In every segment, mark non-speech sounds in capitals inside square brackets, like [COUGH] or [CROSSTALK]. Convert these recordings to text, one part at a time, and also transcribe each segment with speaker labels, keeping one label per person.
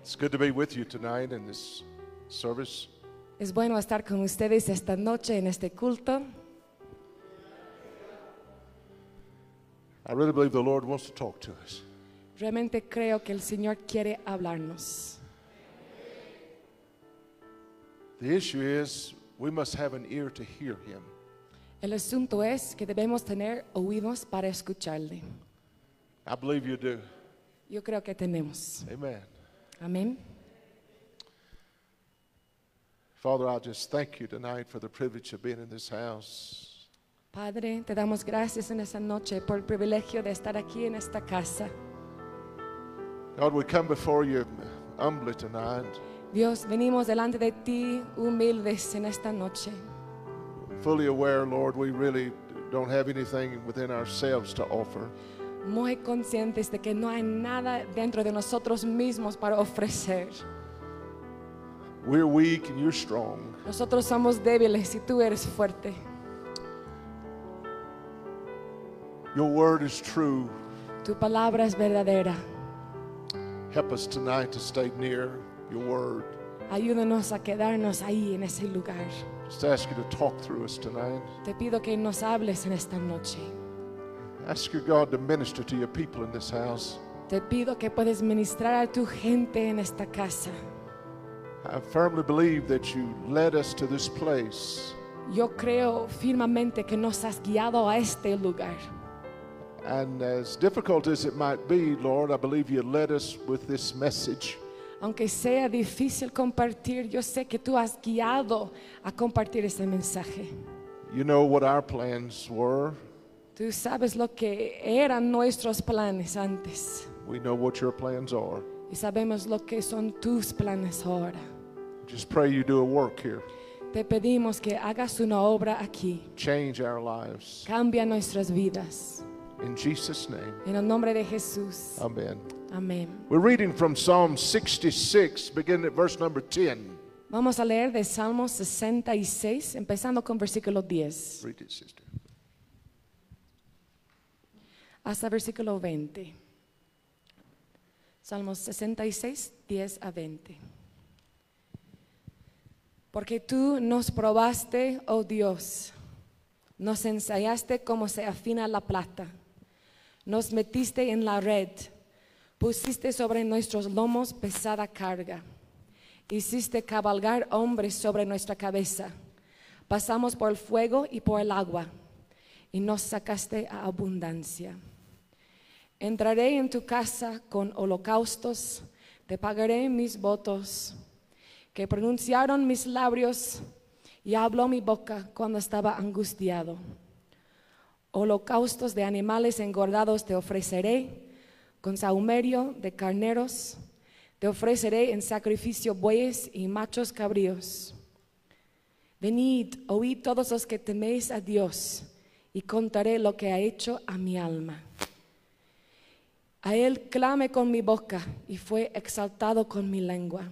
Speaker 1: It's good to be with you tonight in this service.
Speaker 2: Es bueno estar con ustedes esta noche en este culto.
Speaker 1: I really believe the Lord wants to talk to us.
Speaker 2: Realmente creo que el Señor quiere hablarnos.
Speaker 1: The issue is we must have an ear to hear Him.
Speaker 2: El asunto es que debemos tener oídos para escucharle.
Speaker 1: I believe you do.
Speaker 2: Yo creo que tenemos.
Speaker 1: Amen.
Speaker 2: Amén.
Speaker 1: Father, I just thank you tonight for the privilege of being in this house.
Speaker 2: Padre, te damos gracias en esta noche por el privilegio de estar aquí en esta casa.
Speaker 1: God, we come before you humbly tonight,
Speaker 2: Dios, venimos delante de ti humildes en esta noche.
Speaker 1: fully aware, Lord, we really don't have anything within ourselves to offer.
Speaker 2: Muy conscientes de que no hay nada dentro de nosotros mismos para ofrecer.
Speaker 1: We're weak and you're strong.
Speaker 2: Nosotros somos débiles y tú eres fuerte.
Speaker 1: Your word is true.
Speaker 2: Tu palabra es verdadera.
Speaker 1: Help us tonight to stay near your word.
Speaker 2: Ayúdanos a quedarnos ahí en ese lugar.
Speaker 1: Just ask you to talk through us tonight.
Speaker 2: Te pido que nos hables en esta noche.
Speaker 1: Ask your God to minister to your people in this house.
Speaker 2: Te pido que puedas ministrar a tu gente en esta casa.
Speaker 1: I firmly believe that you led us to this place.
Speaker 2: Yo creo firmemente que nos has guiado a este lugar.
Speaker 1: And as difficult as it might be, Lord, I believe you led us with this message.
Speaker 2: Aunque sea difícil compartir, yo sé que tú has guiado a compartir ese mensaje.
Speaker 1: You know what our plans were.
Speaker 2: Tú sabes lo que eran nuestros planes antes
Speaker 1: We know what your plans are.
Speaker 2: y sabemos lo que son tus planes ahora.
Speaker 1: Just pray you do a work here.
Speaker 2: Te pedimos que hagas una obra aquí.
Speaker 1: Change our lives.
Speaker 2: Cambia nuestras vidas.
Speaker 1: In Jesus' name,
Speaker 2: En el nombre de Jesús.
Speaker 1: amen.
Speaker 2: Amén.
Speaker 1: We're reading from Psalm 66, beginning at verse number 10.
Speaker 2: Vamos a leer de Salmo 66, empezando con versículo 10
Speaker 1: Read it, sister.
Speaker 2: hasta versículo 20. Salmo 66, 10 a 20. Porque tú nos probaste, oh Dios, nos ensayaste cómo se afina la plata, nos metiste en la red, pusiste sobre nuestros lomos pesada carga, hiciste cabalgar hombres sobre nuestra cabeza, pasamos por el fuego y por el agua, y nos sacaste a abundancia. Entraré en tu casa con holocaustos, te pagaré mis votos, que pronunciaron mis labios y habló mi boca cuando estaba angustiado. Holocaustos de animales engordados te ofreceré, con sahumerio de carneros, te ofreceré en sacrificio bueyes y machos cabríos. Venid, oíd todos los que teméis a Dios, y contaré lo que ha hecho a mi alma. A él clame con mi boca y fue exaltado con mi lengua.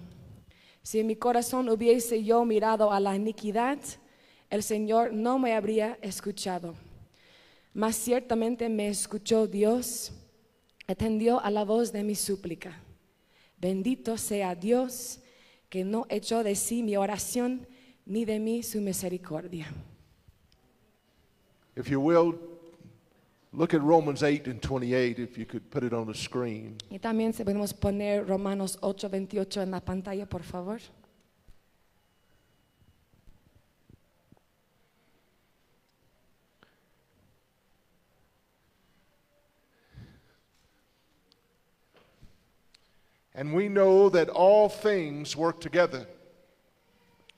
Speaker 2: Si en mi corazón hubiese yo mirado a la iniquidad, el Señor no me habría escuchado. Mas ciertamente me escuchó Dios, atendió a la voz de mi súplica. Bendito sea Dios, que no echó de sí mi oración, ni de mí su misericordia.
Speaker 1: If you will, look at Romans 8 and 28, if you could put it on the screen.
Speaker 2: Y también si podemos poner Romanos 8:28 en la pantalla, por favor.
Speaker 1: And we know that all things work together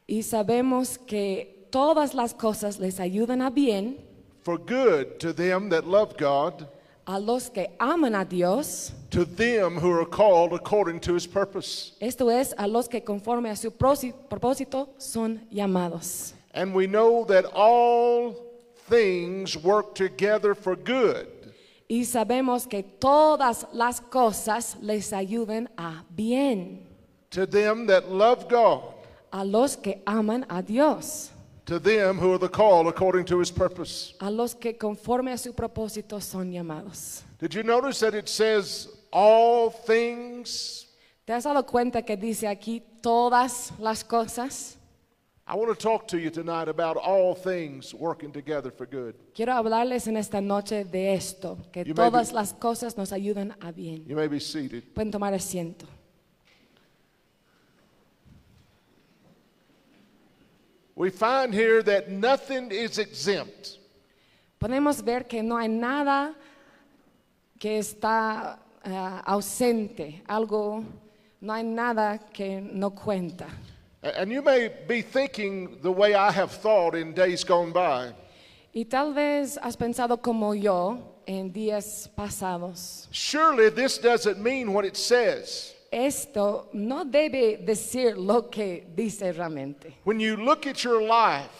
Speaker 2: Y sabemos que todas las cosas les ayudan a bien
Speaker 1: for good to them that love God,
Speaker 2: a los que aman a Dios,
Speaker 1: to them who are called according to his purpose.
Speaker 2: esto es, a los que conforme a su prosi- propósito son llamados.
Speaker 1: And we know that all things work together for good
Speaker 2: Y sabemos que todas las cosas les ayudan a bien
Speaker 1: to them that love God,
Speaker 2: a los que aman a Dios,
Speaker 1: to them who are the called according to his purpose.
Speaker 2: a los que conforme a su propósito son llamados.
Speaker 1: Did you notice that it says all things?
Speaker 2: ¿Te has dado cuenta que dice aquí todas las cosas?
Speaker 1: I want to talk to you tonight about all things working together for good.
Speaker 2: Quiero hablarles en esta noche de esto, que
Speaker 1: You may be-
Speaker 2: todas las cosas nos ayudan a bien.
Speaker 1: You may be seated.
Speaker 2: Pueden tomar asiento.
Speaker 1: We find here that nothing is exempt.
Speaker 2: Podemos ver que no hay nada que está ah, ausente, algo, no hay nada que no cuenta.
Speaker 1: A- And you may be thinking the way I have thought in days gone by.
Speaker 2: Y tal vez has pensado como yo en días pasados.
Speaker 1: Surely this doesn't mean what it says.
Speaker 2: Esto no debe decir lo que dice realmente.
Speaker 1: When you look at your life,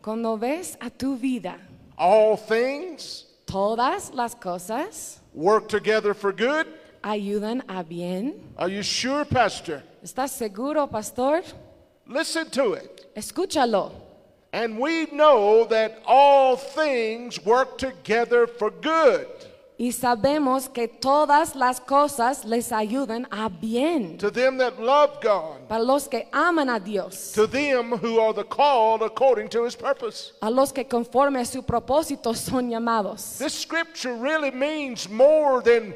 Speaker 2: Cuando ves a tu vida,
Speaker 1: all things
Speaker 2: todas las cosas
Speaker 1: work together for good.
Speaker 2: ayudan a bien.
Speaker 1: Are you sure, Pastor?
Speaker 2: ¿Estás seguro, pastor?
Speaker 1: Listen to it.
Speaker 2: Escúchalo.
Speaker 1: And we know that all things work together for good
Speaker 2: Y sabemos que todas las cosas les ayudan a bien.
Speaker 1: to them that love God,
Speaker 2: Para los que aman a Dios,
Speaker 1: to them who are the called according to his purpose.
Speaker 2: a los que conforme a su propósito son llamados.
Speaker 1: This scripture really means more than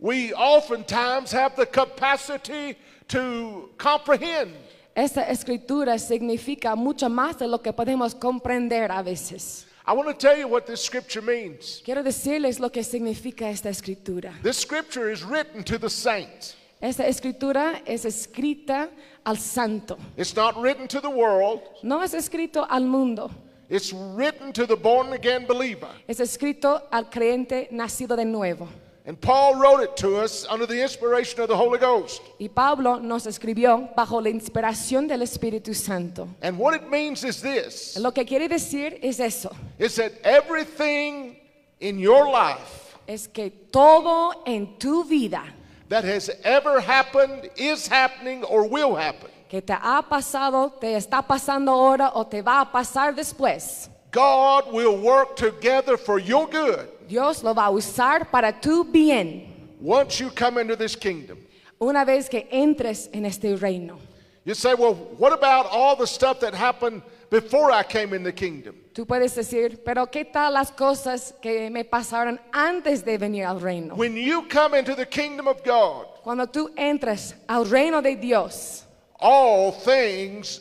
Speaker 1: we oftentimes have the capacity to comprehend.
Speaker 2: Esta escritura significa mucho más de lo que podemos comprender a veces.
Speaker 1: I want to tell you what this scripture means.
Speaker 2: Quiero decirles lo que significa esta escritura.
Speaker 1: This scripture is written to the saints.
Speaker 2: Esta escritura es escrita al santo.
Speaker 1: It's not written to the world.
Speaker 2: No es escrito al mundo.
Speaker 1: It's written to the born again believer.
Speaker 2: Es escrito al creyente nacido de nuevo.
Speaker 1: And Paul wrote it to us under the inspiration of the Holy Ghost.
Speaker 2: Y Pablo nos escribió bajo la inspiración del Espíritu Santo.
Speaker 1: And what it means is this
Speaker 2: Lo que quiere decir es eso,
Speaker 1: is that everything in your life
Speaker 2: es que todo en tu vida
Speaker 1: that has ever happened, is happening, or will happen,
Speaker 2: que te ha pasado, te está pasando ahora o te va a pasar después,
Speaker 1: God will work together for your good
Speaker 2: Dios lo va a usar para tu bien
Speaker 1: once you come into this kingdom.
Speaker 2: una vez que entres en este reino.
Speaker 1: You say, well, what about all the stuff that happened before I came in the kingdom?
Speaker 2: Tú puedes decir, pero ¿qué tal las cosas que me pasaron antes de venir al reino?
Speaker 1: When you come into the kingdom of God,
Speaker 2: Cuando tú entras al reino de Dios,
Speaker 1: all things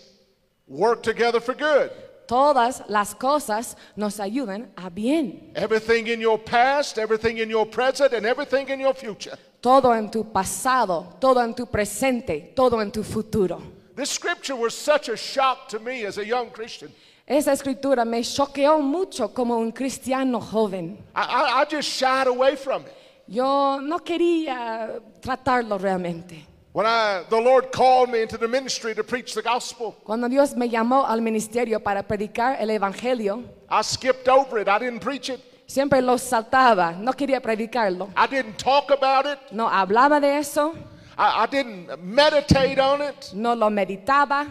Speaker 1: work together for good.
Speaker 2: todas las cosas nos ayudan a bien.
Speaker 1: Everything in your past, everything in your present, and everything in your future.
Speaker 2: Todo en tu pasado, todo en tu presente, todo en tu futuro.
Speaker 1: This scripture was such a shock to me as a young Christian.
Speaker 2: Esa escritura me choqueó mucho como un cristiano joven.
Speaker 1: I, I, I just shied away from it.
Speaker 2: Yo no quería tratarlo realmente.
Speaker 1: When I, the Lord called me into the ministry to preach the gospel,
Speaker 2: Cuando Dios me llamó al ministerio para predicar el Evangelio,
Speaker 1: I skipped over it. I didn't preach it.
Speaker 2: siempre lo saltaba, no quería predicarlo.
Speaker 1: I didn't talk about it.
Speaker 2: No hablaba de eso,
Speaker 1: I, I didn't meditate on it.
Speaker 2: no lo meditaba.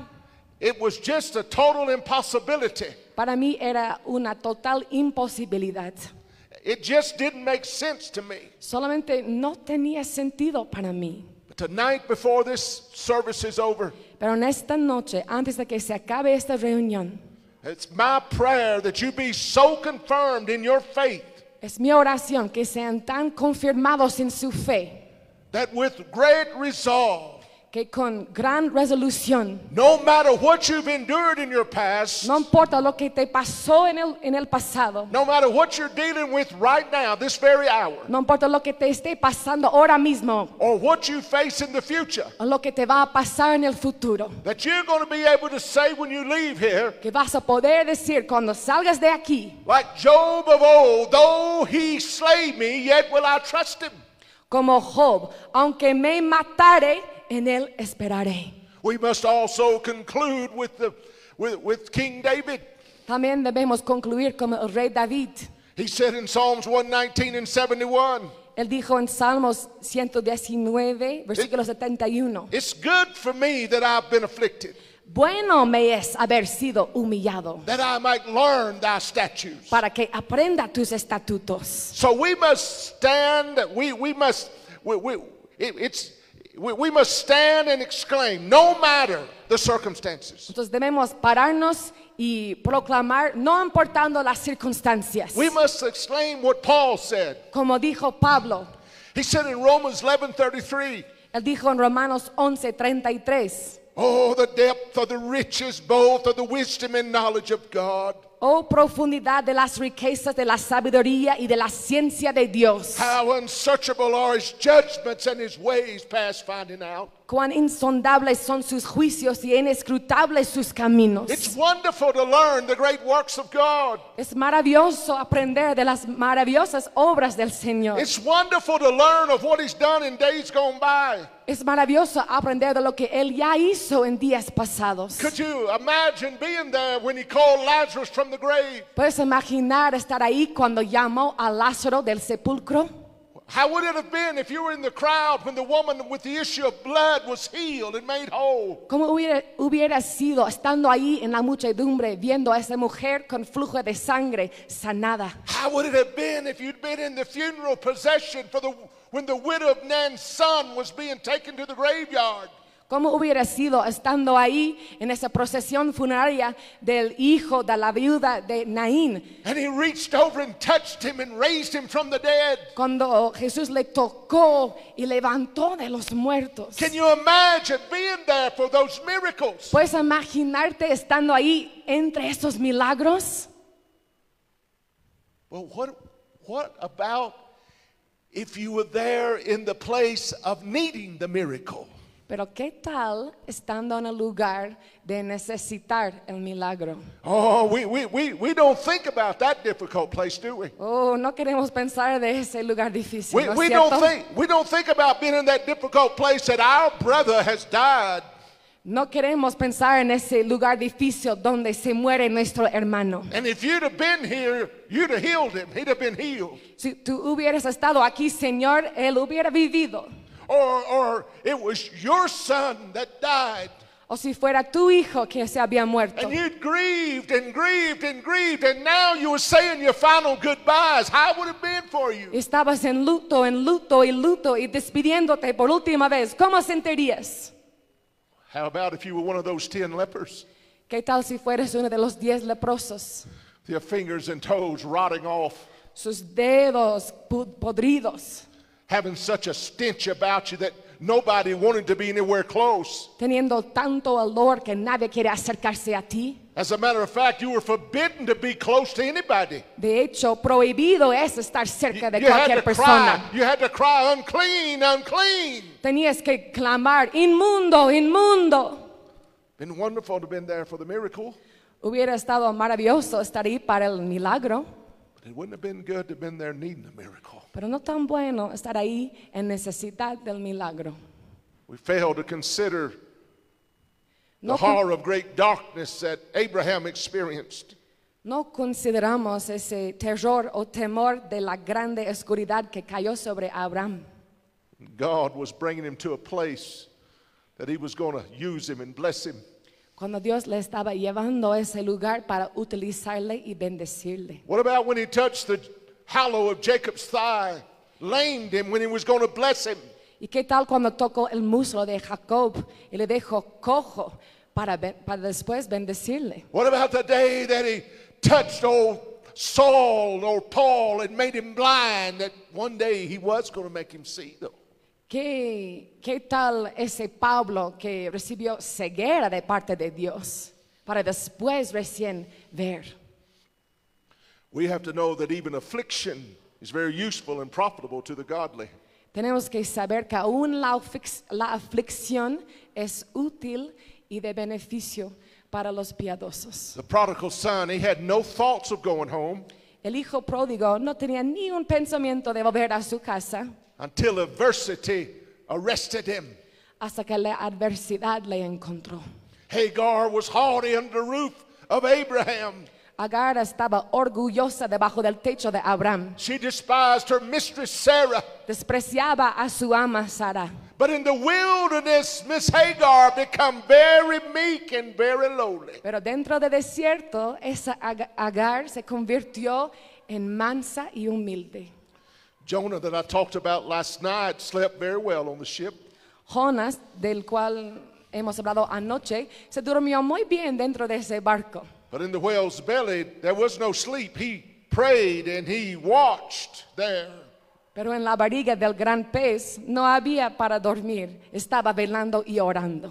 Speaker 1: It was just a total impossibility.
Speaker 2: Para mí era una total imposibilidad.
Speaker 1: It just didn't make sense to me.
Speaker 2: Solamente no tenía sentido para mí.
Speaker 1: But tonight, before this service is over,
Speaker 2: Pero en esta noche, antes de que se acabe esta reunión,
Speaker 1: It's my prayer that you be so confirmed in your faith
Speaker 2: es mi oración que sean tan confirmados en su fe
Speaker 1: that with great resolve,
Speaker 2: que con gran resolución,
Speaker 1: no matter what you've endured in your past,
Speaker 2: no importa lo que te pasó en el, en el pasado,
Speaker 1: no matter what you're dealing with right now, this very hour,
Speaker 2: no importa lo que te esté pasando ahora mismo
Speaker 1: or what you face in the future,
Speaker 2: o lo que te va a pasar en el futuro,
Speaker 1: that you're going to be able to say when you leave here,
Speaker 2: que vas a poder decir cuando salgas de aquí,
Speaker 1: like Job of old, though he slay me, yet will I trust him.
Speaker 2: como Job, aunque me matare, en él esperaré.
Speaker 1: We must also conclude with, the, with, with King David.
Speaker 2: También debemos concluir como el rey David.
Speaker 1: He said in Psalms 119 and 71,
Speaker 2: Él dijo en Salmos 119, versículo 71,
Speaker 1: It's good for me that I've been afflicted,
Speaker 2: bueno me es haber sido humillado
Speaker 1: that I might learn thy statutes.
Speaker 2: para que aprenda tus estatutos.
Speaker 1: So we must stand, we, we must, we, we, it- it's, We, we must stand and exclaim, no matter the circumstances.
Speaker 2: Entonces debemos pararnos y proclamar, no importando las circunstancias.
Speaker 1: We must exclaim what Paul said.
Speaker 2: Como dijo Pablo,
Speaker 1: He said in Romans 11:33,
Speaker 2: él dijo en Romanos 11:33,
Speaker 1: "Oh, the depth of the riches both of the wisdom and knowledge of God.
Speaker 2: oh profundidad de las riquezas de la sabiduría y de la ciencia de Dios,
Speaker 1: How unsearchable are his judgments and his ways past finding out."
Speaker 2: cuán insondables son sus juicios y inescrutables sus caminos.
Speaker 1: It's wonderful to learn the great works of God.
Speaker 2: Es maravilloso aprender de las maravillosas obras del Señor.
Speaker 1: It's wonderful to learn of what he's done in days gone by.
Speaker 2: Es maravilloso aprender de lo que Él ya hizo en días pasados.
Speaker 1: Could you imagine being there when he called Lazarus from the grave?
Speaker 2: ¿Puedes imaginar estar ahí cuando llamó a Lázaro del sepulcro?
Speaker 1: How would it have been if you were in the crowd when the woman with the issue of blood was healed and made whole?
Speaker 2: ¿Cómo hubiera, hubiera sido estando ahí en la muchedumbre viendo a esa mujer con flujo de sangre sanada?
Speaker 1: How would it have been if you'd been in the funeral procession for the when the widow of Nan's son was being taken to the graveyard?
Speaker 2: ¿Cómo hubiera sido estando ahí en esa procesión funeraria del hijo de la viuda de Naín?
Speaker 1: And he reached over and touched him and raised him from the dead.
Speaker 2: Cuando Jesús le tocó y levantó de los muertos.
Speaker 1: Can you imagine being there for those miracles?
Speaker 2: ¿Puedes imaginarte estando ahí entre esos milagros?
Speaker 1: Well, what what about if you were there in the place of needing the miracle?
Speaker 2: Pero ¿qué tal estando en el lugar de necesitar el milagro?
Speaker 1: Oh, we, we, we, we don't think about that difficult place, do we?
Speaker 2: Oh, no queremos pensar de ese lugar difícil.
Speaker 1: We,
Speaker 2: ¿no es
Speaker 1: we don't
Speaker 2: cierto?
Speaker 1: think we don't think about being in that difficult place that our brother has died.
Speaker 2: No queremos pensar en ese lugar difícil donde se muere nuestro hermano.
Speaker 1: And if you'd have been here, you'd have healed him. He'd have been healed.
Speaker 2: Si tú hubieras estado aquí, Señor, él hubiera vivido.
Speaker 1: Or or it was your son that died.
Speaker 2: O si fuera tu hijo que se había muerto.
Speaker 1: And you'd grieved and grieved and grieved, and now you were saying your final goodbyes. How would it have been for you?
Speaker 2: Estabas en luto, en luto y luto y despidiéndote por última vez. ¿Cómo sentirías?
Speaker 1: How about if you were one of those ten lepers?
Speaker 2: ¿Qué tal si fueras uno de los diez leprosos?
Speaker 1: Their fingers and toes rotting off,
Speaker 2: Sus dedos pu- podridos,
Speaker 1: having such a stench about you that nobody wanted to be anywhere close.
Speaker 2: teniendo tanto olor que nadie quiere acercarse a ti.
Speaker 1: As a matter of fact, you were forbidden to be close to anybody.
Speaker 2: De hecho, prohibido es estar
Speaker 1: You,
Speaker 2: cerca de
Speaker 1: you had
Speaker 2: cualquier
Speaker 1: to cry.
Speaker 2: persona.
Speaker 1: You had to cry, unclean, unclean.
Speaker 2: Tenías que clamar, inmundo, inmundo.
Speaker 1: Been wonderful to have been there for the miracle,
Speaker 2: Hubiera estado maravilloso estar ahí para el milagro,
Speaker 1: but it wouldn't have been good to have been there needing the miracle.
Speaker 2: pero no tan bueno estar ahí en necesidad del milagro.
Speaker 1: We fail to consider the
Speaker 2: No, con-
Speaker 1: horror of great darkness that Abraham experienced.
Speaker 2: no consideramos ese terror o temor de la grande oscuridad que cayó sobre Abraham.
Speaker 1: God was bringing him to a place that he was going to use him and bless him.
Speaker 2: cuando Dios le estaba llevando a ese lugar para utilizarle y bendecirle.
Speaker 1: What about when he touched the hollow of Jacob's thigh, lamed him when he was going to bless him?
Speaker 2: ¿Y qué tal cuando tocó el muslo de Jacob y le dejó cojo para, ben- para después bendecirle?
Speaker 1: What about the day that he touched old Saul or Paul and made him blind? That one day he was going to make him see, though.
Speaker 2: ¿Qué, ¿Qué tal ese Pablo que recibió ceguera de parte de Dios para después recién ver?
Speaker 1: We have to know that even affliction is very useful and profitable to the godly.
Speaker 2: Tenemos que saber que aún la, afix- la aflicción es útil y de beneficio para los piadosos.
Speaker 1: The prodigal son, he had no thoughts of going home
Speaker 2: El hijo pródigo no tenía ni un pensamiento de volver a su casa
Speaker 1: until adversity arrested him.
Speaker 2: hasta que la adversidad le encontró.
Speaker 1: Hagar was haughty under the roof of Abraham.
Speaker 2: Agar estaba orgullosa debajo del techo de Abraham.
Speaker 1: She despised her mistress Sarah.
Speaker 2: Despreciaba a su ama Sara.
Speaker 1: But in the wilderness, Miss Hagar become very meek and very lowly.
Speaker 2: Pero dentro del desierto, esa Aga- Agar se convirtió en mansa y humilde.
Speaker 1: Jonah, that I talked about last night, slept very well on the ship.
Speaker 2: Jonás, del cual hemos hablado anoche, se durmió muy bien dentro de ese barco.
Speaker 1: But in the whale's belly, there was no sleep. He prayed and he watched there.
Speaker 2: Pero en la barriga del gran pez no había para dormir, estaba velando y orando.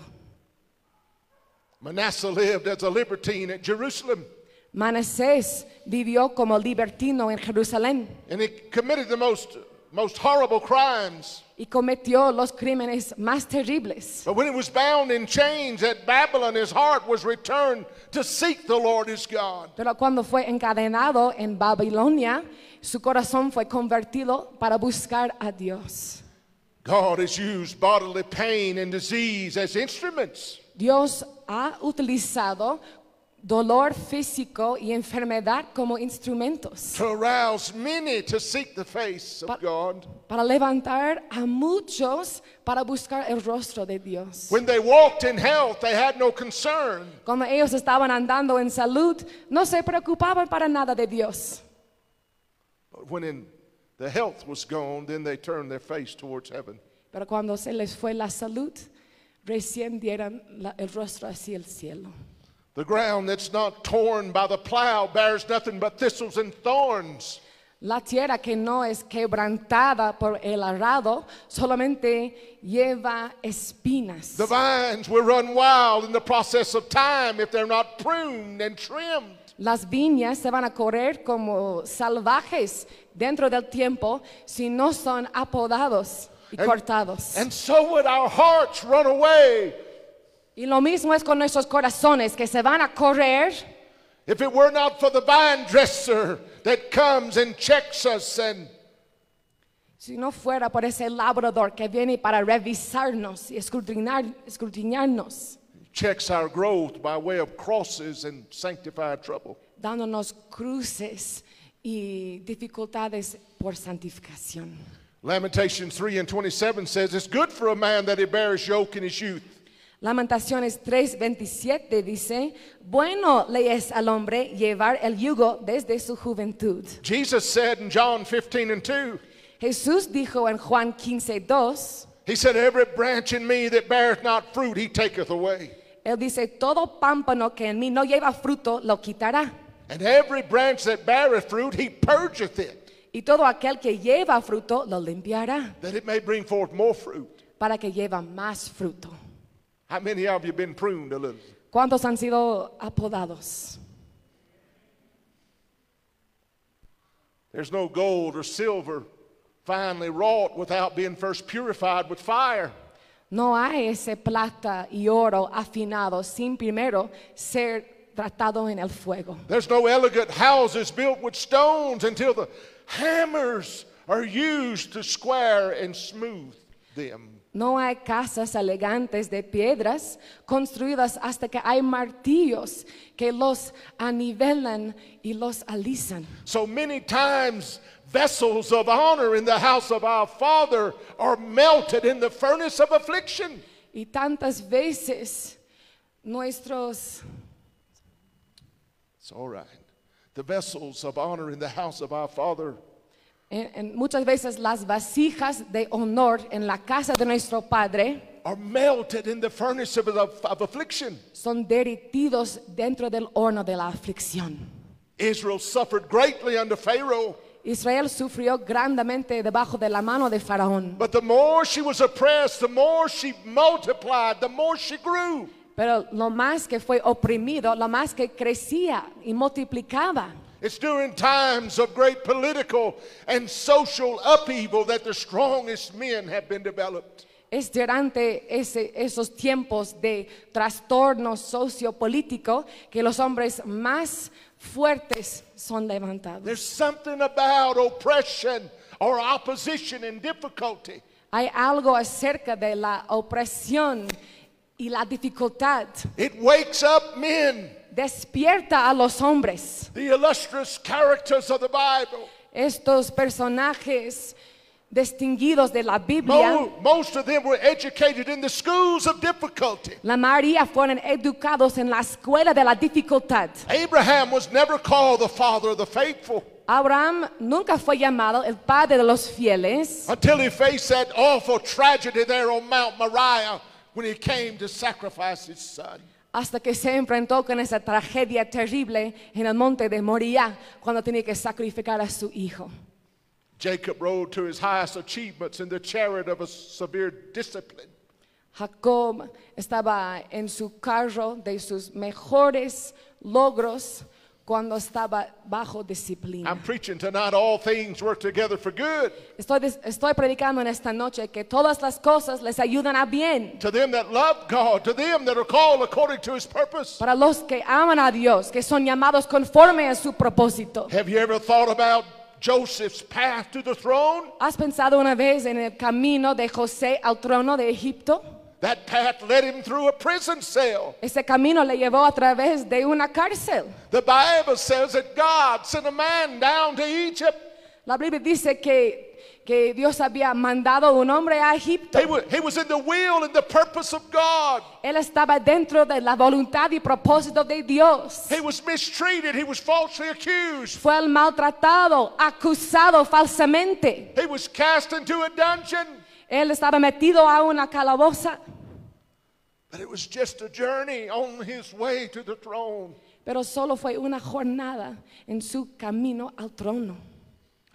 Speaker 1: Manasseh lived as a libertine at Jerusalem,
Speaker 2: Manasés vivió como libertino en Jerusalén
Speaker 1: and he committed the most, most horrible crimes.
Speaker 2: y cometió los crímenes más terribles.
Speaker 1: But when he was bound in chains at Babylon, his heart was returned to seek the Lord his God.
Speaker 2: Pero cuando fue encadenado en Babilonia, su corazón fue convertido para buscar a Dios.
Speaker 1: God has used bodily pain and disease as instruments.
Speaker 2: Dios ha utilizado dolor físico y enfermedad como instrumentos
Speaker 1: to arouse many to seek the face of
Speaker 2: But-
Speaker 1: God.
Speaker 2: para levantar a muchos para buscar el rostro de Dios.
Speaker 1: When they walked in health, they had no concern.
Speaker 2: Cuando ellos estaban andando en salud, no se preocupaban para nada de Dios.
Speaker 1: But when in the health was gone, then they turned their face towards heaven.
Speaker 2: Pero cuando se les fue la salud, recién dieron la- el rostro hacia el cielo.
Speaker 1: The ground that's not torn by the plow bears nothing but thistles and thorns.
Speaker 2: La tierra que no es quebrantada por el arado solamente lleva espinas.
Speaker 1: The vines will run wild in the process of time if they're not pruned and trimmed.
Speaker 2: Las viñas se van a correr como salvajes dentro del tiempo si no son apodados y cortados.
Speaker 1: And so would our hearts run away
Speaker 2: y lo mismo es con nuestros corazones que se van a correr
Speaker 1: if it were not for the vine dresser that comes and checks us and
Speaker 2: si no fuera por ese labrador que viene para revisarnos y escrutinar, escrutinarnos,
Speaker 1: checks our growth by way of crosses and sanctified trouble.
Speaker 2: dándonos cruces y dificultades por santificación.
Speaker 1: Lamentations 3 and 27 says, It's good for a man that he bears yoke in his youth.
Speaker 2: Lamentaciones 3:27 dice, bueno le es al hombre llevar el yugo desde su juventud.
Speaker 1: Jesus said in John 15 and 2,
Speaker 2: Jesús dijo en Juan 15:2,
Speaker 1: He said, Every branch in me that beareth not fruit, he taketh away.
Speaker 2: él dice, todo pámpano que en mí no lleva fruto lo quitará,
Speaker 1: And every branch that beareth fruit, he purgeth it,
Speaker 2: y todo aquel que lleva fruto lo limpiará,
Speaker 1: that it may bring forth more fruit.
Speaker 2: para que lleva más fruto.
Speaker 1: How many of you been pruned a little?
Speaker 2: ¿Cuántos han sido apodados?
Speaker 1: There's no gold or silver finely wrought without being first purified with fire.
Speaker 2: No hay ese plata y oro afinado sin primero ser tratado en el fuego.
Speaker 1: There's no elegant houses built with stones until the hammers are used to square and smooth them.
Speaker 2: No hay casas elegantes de piedras construidas hasta que hay martillos que los anivelan y los alisan.
Speaker 1: So many times, vessels of honor in the house of our Father are melted in the furnace of affliction.
Speaker 2: Y tantas veces nuestros
Speaker 1: It's all right. The vessels of honor in the house of our Father
Speaker 2: en- en- muchas veces las vasijas de honor en la casa de nuestro padre
Speaker 1: are melted in the furnace of, of- of affliction.
Speaker 2: son derretidos dentro del horno de la aflicción.
Speaker 1: Israel suffered greatly under Pharaoh,
Speaker 2: Israel sufrió grandemente debajo de la mano de Faraón,
Speaker 1: but the more she was oppressed, the more she multiplied, the more she grew.
Speaker 2: pero lo más que fue oprimido, lo más que crecía y multiplicaba.
Speaker 1: It's during times of great political and social upheaval that the strongest men have been developed.
Speaker 2: Es durante ese- esos tiempos de trastorno sociopolítico que los hombres más fuertes son levantados.
Speaker 1: There's something about oppression or opposition and difficulty
Speaker 2: Hay algo acerca de la opresión y la dificultad.
Speaker 1: It wakes up men,
Speaker 2: Despierta a los hombres.
Speaker 1: the illustrious characters of the Bible.
Speaker 2: Estos personajes distinguidos de la Biblia,
Speaker 1: Mo- most of them were educated in the schools of difficulty.
Speaker 2: la mayoría fueron educados en la escuela de la dificultad.
Speaker 1: Abraham was never called the father of the faithful.
Speaker 2: Abraham nunca fue llamado el padre de los fieles
Speaker 1: until he faced that awful tragedy there on Mount Moriah when he came to sacrifice his son.
Speaker 2: hasta que se enfrentó con esa tragedia terrible en el monte de Moría cuando tenía que sacrificar a su hijo.
Speaker 1: Jacob rode to his highest achievements in the chariot of a severe discipline.
Speaker 2: Jacob estaba en su carro de sus mejores logros cuando estaba bajo disciplina.
Speaker 1: I'm preaching tonight all things work together for good
Speaker 2: Estoy, des- estoy predicando en esta noche que todas las cosas les ayudan a bien.
Speaker 1: to them that love God, to them that are called according to his purpose.
Speaker 2: Para los que aman a Dios, que son llamados conforme a su propósito.
Speaker 1: Have you ever thought about Joseph's path to the throne?
Speaker 2: ¿Has pensado una vez en el camino de José al trono de Egipto?
Speaker 1: That path led him through a prison cell.
Speaker 2: Ese camino le llevó a través de una cárcel.
Speaker 1: The Bible says that God sent a man down to Egypt.
Speaker 2: La Biblia dice que, que Dios había mandado un hombre a Egipto.
Speaker 1: He was, he was in the will and the purpose of God.
Speaker 2: Él estaba dentro de la voluntad y propósito de Dios.
Speaker 1: He was mistreated. He was falsely accused.
Speaker 2: Fue el maltratado, acusado falsamente.
Speaker 1: He was cast into a dungeon.
Speaker 2: Él estaba metido a una calaboza,
Speaker 1: But it was just a journey on his way to the throne.
Speaker 2: pero solo fue una jornada en su camino al trono.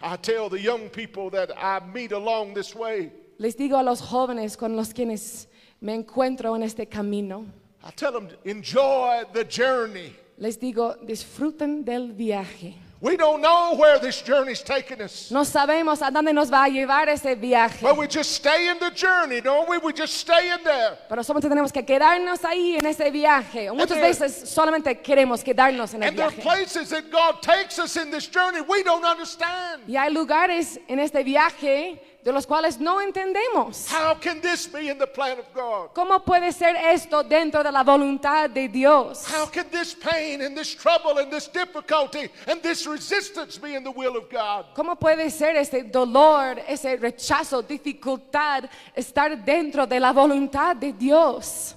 Speaker 1: I tell the young people that I meet along this way,
Speaker 2: Les digo a los jóvenes con los quienes me encuentro en este camino,
Speaker 1: I tell them, enjoy the journey.
Speaker 2: les digo, disfruten del viaje.
Speaker 1: We don't know where this journey's taking us.
Speaker 2: No sabemos a dónde nos va a llevar ese viaje,
Speaker 1: But we just stay in the journey, don't we? We just stay in there.
Speaker 2: pero solamente tenemos que quedarnos ahí en ese viaje. O Muchas
Speaker 1: there-
Speaker 2: veces solamente queremos quedarnos en el
Speaker 1: And there are
Speaker 2: viaje.
Speaker 1: places that God takes us in this journey we don't understand.
Speaker 2: Y hay lugares en este viaje de los cuales no entendemos.
Speaker 1: How can this be in the plan of God?
Speaker 2: ¿Cómo puede ser esto dentro de la voluntad de Dios?
Speaker 1: How can this pain and this trouble and this difficulty and this resistance be in the will of God?
Speaker 2: ¿Cómo puede ser ese dolor, ese rechazo, dificultad estar dentro de la voluntad de Dios?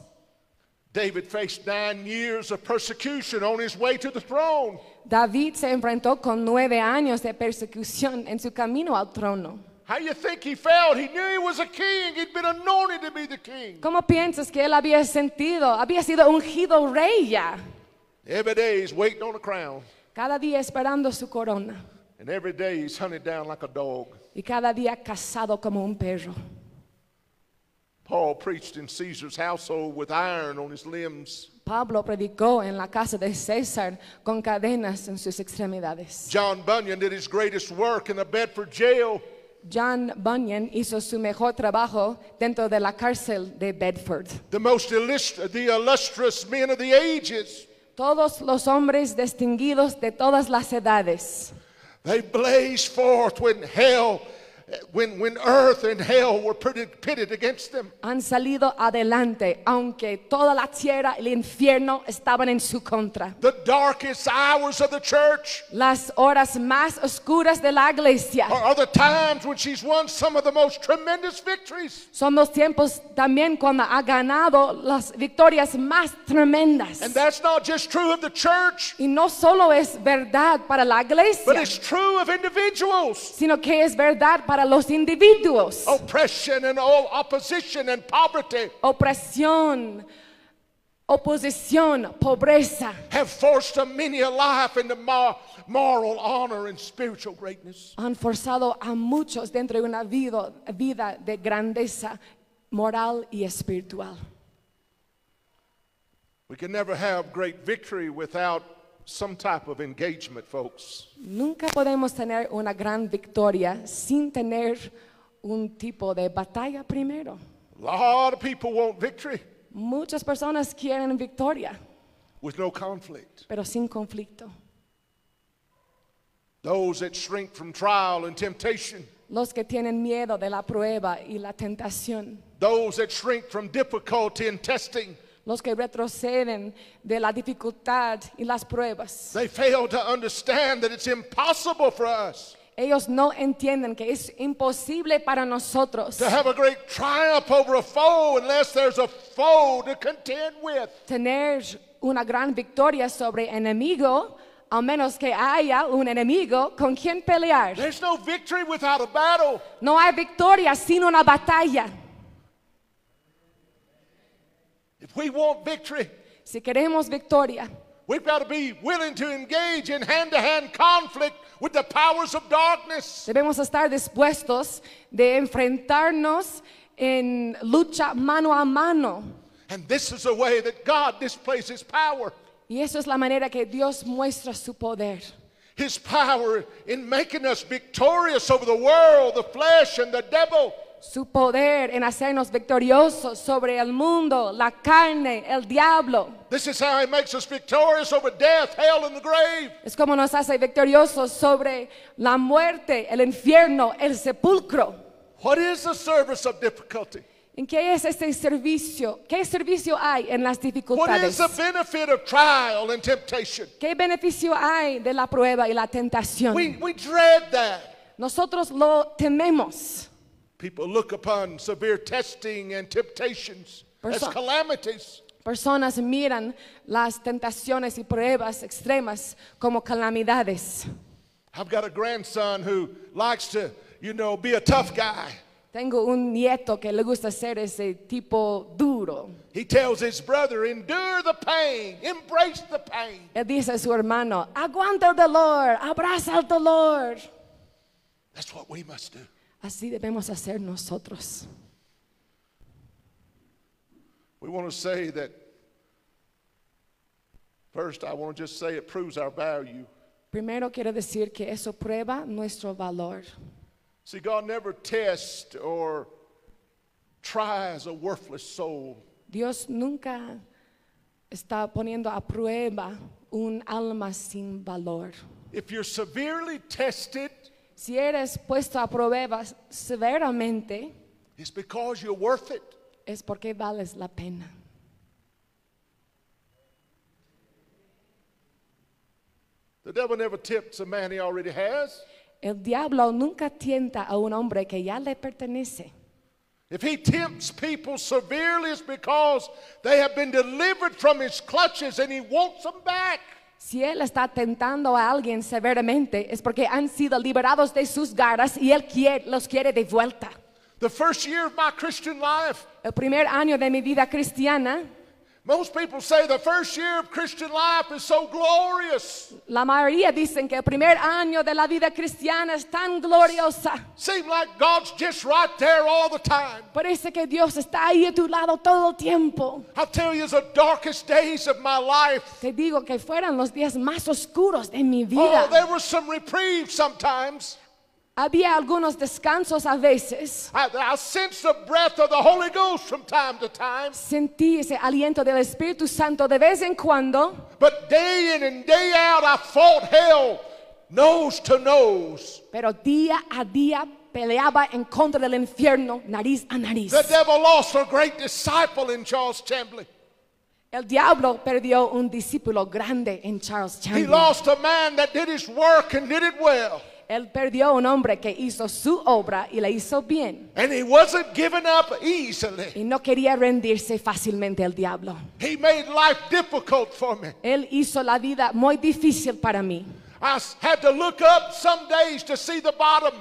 Speaker 1: David faced nine years of persecution on his way to the throne.
Speaker 2: David se enfrentó con nueve años de persecución en su camino al trono.
Speaker 1: How you think he felt? He knew he was a king. He'd been anointed to be the king.
Speaker 2: ¿Cómo piensas que él había sentido? Había sido ungido rey ya.
Speaker 1: Every day he's waiting on a crown,
Speaker 2: Cada día esperando su corona
Speaker 1: and every day he's hunted down like a dog.
Speaker 2: y cada día cazado como un perro.
Speaker 1: Paul preached in Caesar's household with iron on his limbs.
Speaker 2: Pablo predicó en la casa de César con cadenas en sus extremidades.
Speaker 1: John Bunyan did his greatest work in the Bedford jail.
Speaker 2: John Bunyan hizo su mejor trabajo dentro de la cárcel de Bedford.
Speaker 1: The most illust- the illustrious men of the ages,
Speaker 2: Todos los hombres distinguidos de todas las edades
Speaker 1: they blazed forth when hell, when, when earth and hell were pitted, pitted against them.
Speaker 2: han salido adelante, aunque toda la tierra y el infierno estaban en su contra.
Speaker 1: The darkest hours of the church
Speaker 2: Las horas más oscuras de la iglesia
Speaker 1: are, are the times when she's won some of the most tremendous victories.
Speaker 2: son los tiempos también cuando ha ganado las victorias más tremendas.
Speaker 1: And that's not just true of the church,
Speaker 2: Y no solo es verdad para la
Speaker 1: but
Speaker 2: iglesia,
Speaker 1: it's true of individuals.
Speaker 2: sino que es verdad para los individuos.
Speaker 1: Oh, Oppression and all opposition and poverty
Speaker 2: Opresión, oposición, pobreza
Speaker 1: have forced a many a life into mor- moral honor and spiritual greatness.
Speaker 2: han forzado a muchos dentro de una vida, vida de grandeza moral y espiritual.
Speaker 1: We can never have great victory without some type of engagement, folks.
Speaker 2: Nunca podemos tener una gran victoria sin tener un tipo de batalla primero.
Speaker 1: A lot of people want victory
Speaker 2: Muchas personas quieren victoria,
Speaker 1: with no conflict.
Speaker 2: pero sin conflicto.
Speaker 1: Those that shrink from trial and temptation,
Speaker 2: Los que tienen miedo de la prueba y la tentación,
Speaker 1: those that shrink from difficulty and testing,
Speaker 2: los que retroceden de la dificultad y las pruebas.
Speaker 1: they fail to understand that it's impossible for us
Speaker 2: Ellos no entienden que es imposible para nosotros
Speaker 1: to have a great triumph over a foe unless there's a foe to contend with.
Speaker 2: tener una gran victoria sobre enemigo a menos que haya un enemigo con quien pelear.
Speaker 1: There's no victory without a battle.
Speaker 2: No hay victoria sin una batalla.
Speaker 1: If we want victory,
Speaker 2: Si queremos victoria,
Speaker 1: we've got to be willing to engage in hand to hand conflict with the powers of darkness.
Speaker 2: debemos estar dispuestos de enfrentarnos en lucha mano a mano.
Speaker 1: And this is the way that God displays His power.
Speaker 2: Y eso es la manera que Dios muestra su poder.
Speaker 1: His power in making us victorious over the world, the flesh, and the devil.
Speaker 2: Su poder en hacernos victoriosos sobre el mundo, la carne, el diablo.
Speaker 1: This is how He makes us victorious over death, hell, and the grave.
Speaker 2: Es como nos hace victoriosos sobre la muerte, el infierno, el sepulcro.
Speaker 1: What is the service of difficulty?
Speaker 2: ¿En qué es este servicio? ¿Qué servicio hay en las
Speaker 1: What is
Speaker 2: dificultades?
Speaker 1: the benefit of trial and temptation?
Speaker 2: ¿Qué beneficio hay de la prueba y la tentación?
Speaker 1: We, we dread that.
Speaker 2: Nosotros lo tememos.
Speaker 1: People look upon severe testing and temptations as
Speaker 2: Perso-
Speaker 1: calamities.
Speaker 2: Personas miran las tentaciones y pruebas extremas como calamidades.
Speaker 1: I've got a grandson who likes to, you know, be a tough guy.
Speaker 2: Tengo un nieto que le gusta ser ese tipo duro.
Speaker 1: He tells his brother, endure the pain, embrace the pain.
Speaker 2: Él dice a su hermano, aguanta el dolor, abraza el dolor.
Speaker 1: That's what we must do.
Speaker 2: Así debemos hacer nosotros.
Speaker 1: We want to say that, first, I want to just say it proves our value.
Speaker 2: Primero quiero decir que eso prueba nuestro valor.
Speaker 1: See, God never tests or tries a worthless soul.
Speaker 2: Dios nunca está poniendo a prueba un alma sin valor.
Speaker 1: If you're severely tested,
Speaker 2: Si eres puesto a prueba severamente,
Speaker 1: it's because you're worth it.
Speaker 2: es porque vales la pena.
Speaker 1: The devil never tempts a man he already has.
Speaker 2: El diablo nunca tienta a un hombre que ya le pertenece.
Speaker 1: If he tempts people severely, it's because they have been delivered from his clutches and he wants them back.
Speaker 2: Si él está tentando a alguien severamente, es porque han sido liberados de sus garras y él quiere- los quiere de vuelta.
Speaker 1: The first year of my Christian life,
Speaker 2: El primer año de mi vida cristiana,
Speaker 1: most people say the first year of Christian life is so glorious.
Speaker 2: La mayoría dicen que el primer año de la vida cristiana es tan gloriosa.
Speaker 1: Seems like God's just right there all the time.
Speaker 2: Parece que Dios está ahí a tu lado todo el tiempo.
Speaker 1: I'll tell you, it's the darkest days of my life.
Speaker 2: Te digo que fueran los días más oscuros de mi
Speaker 1: Oh,
Speaker 2: vida.
Speaker 1: there were some reprieves sometimes.
Speaker 2: Había algunos descansos a veces.
Speaker 1: I, I sense the breath of the Holy Ghost from time to time.
Speaker 2: Sentí ese aliento del Espíritu Santo de vez en cuando,
Speaker 1: But day in and day out, I fought hell nose to nose.
Speaker 2: pero día a día peleaba en contra del infierno, nariz a nariz.
Speaker 1: The devil lost a great disciple in Charles Chambley.
Speaker 2: El diablo perdió un discípulo grande en Charles
Speaker 1: He
Speaker 2: Chandler.
Speaker 1: lost a man that did his work and did it well.
Speaker 2: Él perdió un hombre que hizo su obra y la hizo bien.
Speaker 1: And he wasn't giving up easily.
Speaker 2: Y no quería rendirse fácilmente al diablo.
Speaker 1: He made life difficult for me.
Speaker 2: Él hizo la vida muy difícil para mí.
Speaker 1: I s- had to look up some days to see the bottom.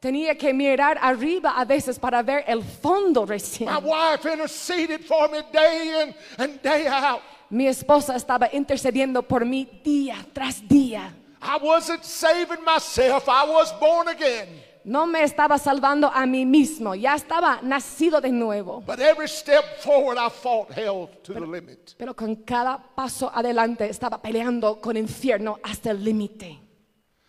Speaker 2: Tenía que mirar arriba a veces para ver el fondo recién.
Speaker 1: My wife interceded for me day in and day out.
Speaker 2: Mi esposa estaba intercediendo por mí día tras día.
Speaker 1: I wasn't saving myself, I was born again.
Speaker 2: No me estaba salvando a mí mismo. Ya estaba nacido de nuevo.
Speaker 1: But every step forward, I fought hell to the limit.
Speaker 2: Pero con cada paso adelante estaba peleando con infierno hasta el límite.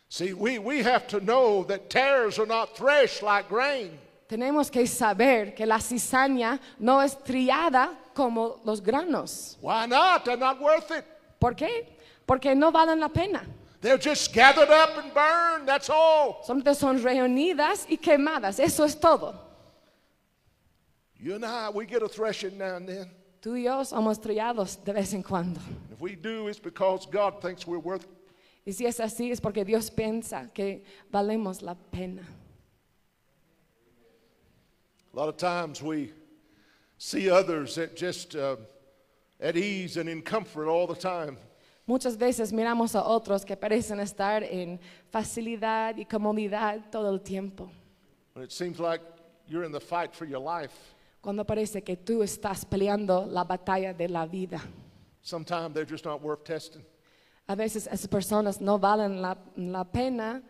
Speaker 1: See, we, we have to know that tares are not threshed like grain.
Speaker 2: Tenemos que saber que la cizaña no es triada como los granos.
Speaker 1: Why not? They're not worth it.
Speaker 2: ¿Por qué? Porque no valen la pena.
Speaker 1: They're just gathered up and burned, that's all.
Speaker 2: Solamente son reunidas y quemadas. Eso es todo.
Speaker 1: You and I, we get a threshing now and then.
Speaker 2: Tú y yo somos triados de vez en cuando.
Speaker 1: If we do, it's because God thinks we're worth it.
Speaker 2: Y si es así, es porque Dios piensa que valemos la pena.
Speaker 1: A lot of times we see others that just uh, at ease and in comfort all the time.
Speaker 2: Muchas veces miramos a otros que parecen estar en facilidad y comodidad todo el tiempo,
Speaker 1: When it seems like you're in the fight for your life,
Speaker 2: cuando parece que tú estás peleando la batalla de la vida.
Speaker 1: sometimes they're just not worth testing.
Speaker 2: A veces esas personas no valen la, la pena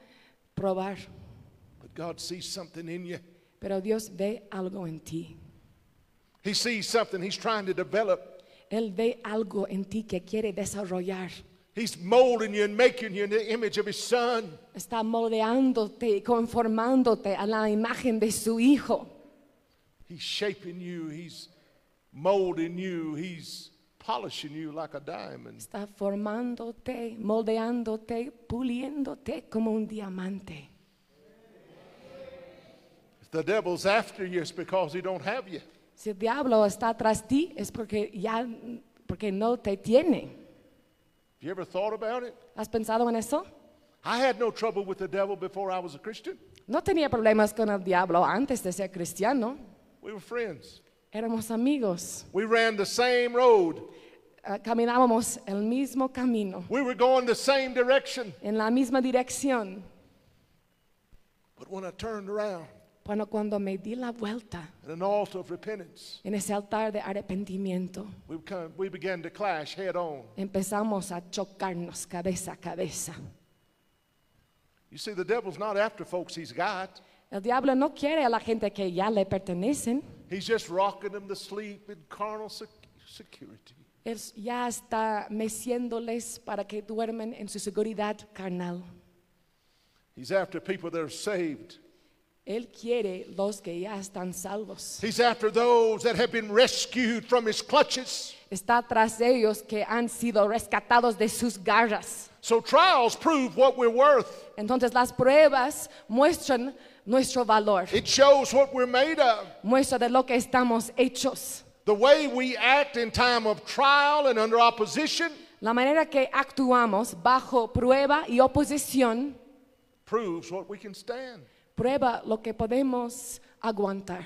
Speaker 2: probar,
Speaker 1: But God sees something in you.
Speaker 2: pero Dios ve algo en ti.
Speaker 1: He sees something He's trying to develop.
Speaker 2: Él ve algo en ti que quiere desarrollar.
Speaker 1: He's molding you and making you in the image of His Son.
Speaker 2: Está moldeándote y conformándote a la imagen de su Hijo.
Speaker 1: He's shaping you. He's molding you. He's polishing you like a diamond.
Speaker 2: Está formándote, moldeándote, puliéndote como un diamante.
Speaker 1: If the devil's after you, it's because he don't have you.
Speaker 2: Si el diablo está tras ti es porque ya porque no te tiene.
Speaker 1: Have you ever thought about it?
Speaker 2: ¿Has pensado en eso?
Speaker 1: I had no trouble with the devil before I was a Christian.
Speaker 2: No tenía problemas con el diablo antes de ser cristiano.
Speaker 1: We were friends.
Speaker 2: Éramos amigos.
Speaker 1: We ran the same road.
Speaker 2: Ah, Caminábamos el mismo camino,
Speaker 1: We were going the same direction.
Speaker 2: en la misma dirección.
Speaker 1: But when I turned around
Speaker 2: Bueno, cuando me di la vuelta
Speaker 1: at an altar of repentance,
Speaker 2: en ese altar de arrepentimiento,
Speaker 1: we, become, we began to clash head on.
Speaker 2: empezamos a chocarnos cabeza a cabeza.
Speaker 1: You see, the devil's not after folks he's got.
Speaker 2: El diablo no quiere a la gente que ya le pertenecen.
Speaker 1: He's just rocking them to sleep in carnal sec- security.
Speaker 2: Él ya está meciéndoles para que duermen en su seguridad carnal.
Speaker 1: He's after people that are saved.
Speaker 2: Él quiere los que ya están salvos.
Speaker 1: He's after those that have been rescued from his clutches.
Speaker 2: Está tras ellos que han sido rescatados de sus garras.
Speaker 1: So trials prove what we're worth.
Speaker 2: Entonces las pruebas muestran nuestro valor,
Speaker 1: It shows what we're made of.
Speaker 2: muestra de lo que estamos hechos.
Speaker 1: The way we act in time of trial and under opposition
Speaker 2: La manera que actuamos bajo prueba y oposición
Speaker 1: proves what we can stand.
Speaker 2: prueba lo que podemos aguantar.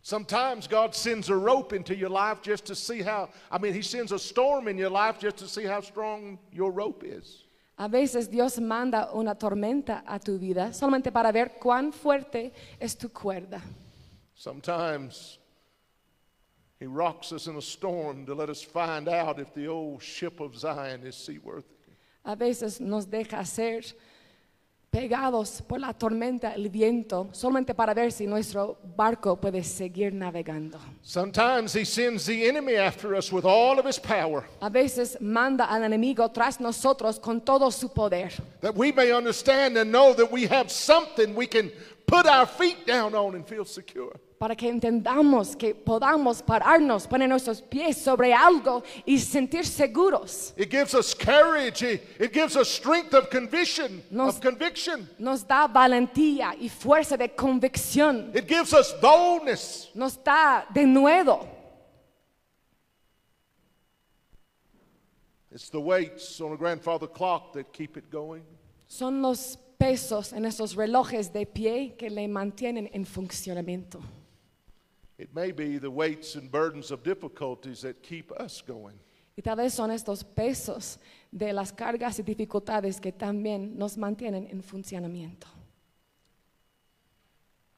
Speaker 1: Sometimes God sends a rope into your life just to see how, I mean, He sends a storm in your life just to see how strong your rope is.
Speaker 2: A veces Dios manda una tormenta a tu vida solamente para ver cuán fuerte es tu cuerda.
Speaker 1: Sometimes He rocks us in a storm to let us find out if the old ship of Zion is seaworthy.
Speaker 2: A veces nos deja ser pegados por la tormenta, el viento, solamente para ver si nuestro barco puede seguir navegando.
Speaker 1: Sometimes He sends the enemy after us with all of His power
Speaker 2: A veces manda al enemigo tras nosotros con todo su poder,
Speaker 1: that we may understand and know that we have something we can put our feet down on and feel secure.
Speaker 2: para que entendamos que podamos pararnos, poner nuestros pies sobre algo y sentir seguros.
Speaker 1: It gives us courage. It, it gives us strength of conviction.
Speaker 2: Nos-
Speaker 1: of conviction.
Speaker 2: Nos da valentía y fuerza de convicción.
Speaker 1: It gives us boldness.
Speaker 2: nos da de nuevo.
Speaker 1: It's the weights on a grandfather clock that keep it going.
Speaker 2: Son los pesos en esos relojes de pie que le mantienen en funcionamiento.
Speaker 1: It may be the weights and burdens of difficulties that keep us going.
Speaker 2: Y tal vez son estos pesos de las cargas y dificultades que también nos mantienen en funcionamiento.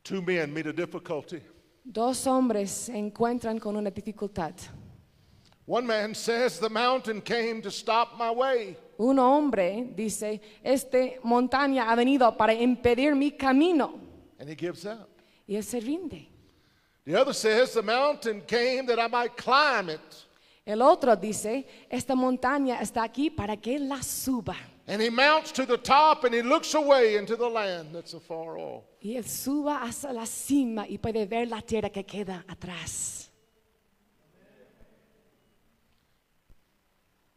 Speaker 1: Two men meet a difficulty.
Speaker 2: Dos hombres se encuentran con una dificultad.
Speaker 1: One man says, The mountain came to stop my way.
Speaker 2: Un hombre dice, este montaña ha venido para impedir mi camino.
Speaker 1: And he gives up.
Speaker 2: Y él se rinde.
Speaker 1: The other says, The mountain came that I might climb it.
Speaker 2: El otro dice, esta montaña está aquí para que la suba.
Speaker 1: And he mounts to the top and he looks away into the land that's afar off.
Speaker 2: Y él suba hasta la cima y puede ver la tierra que queda atrás.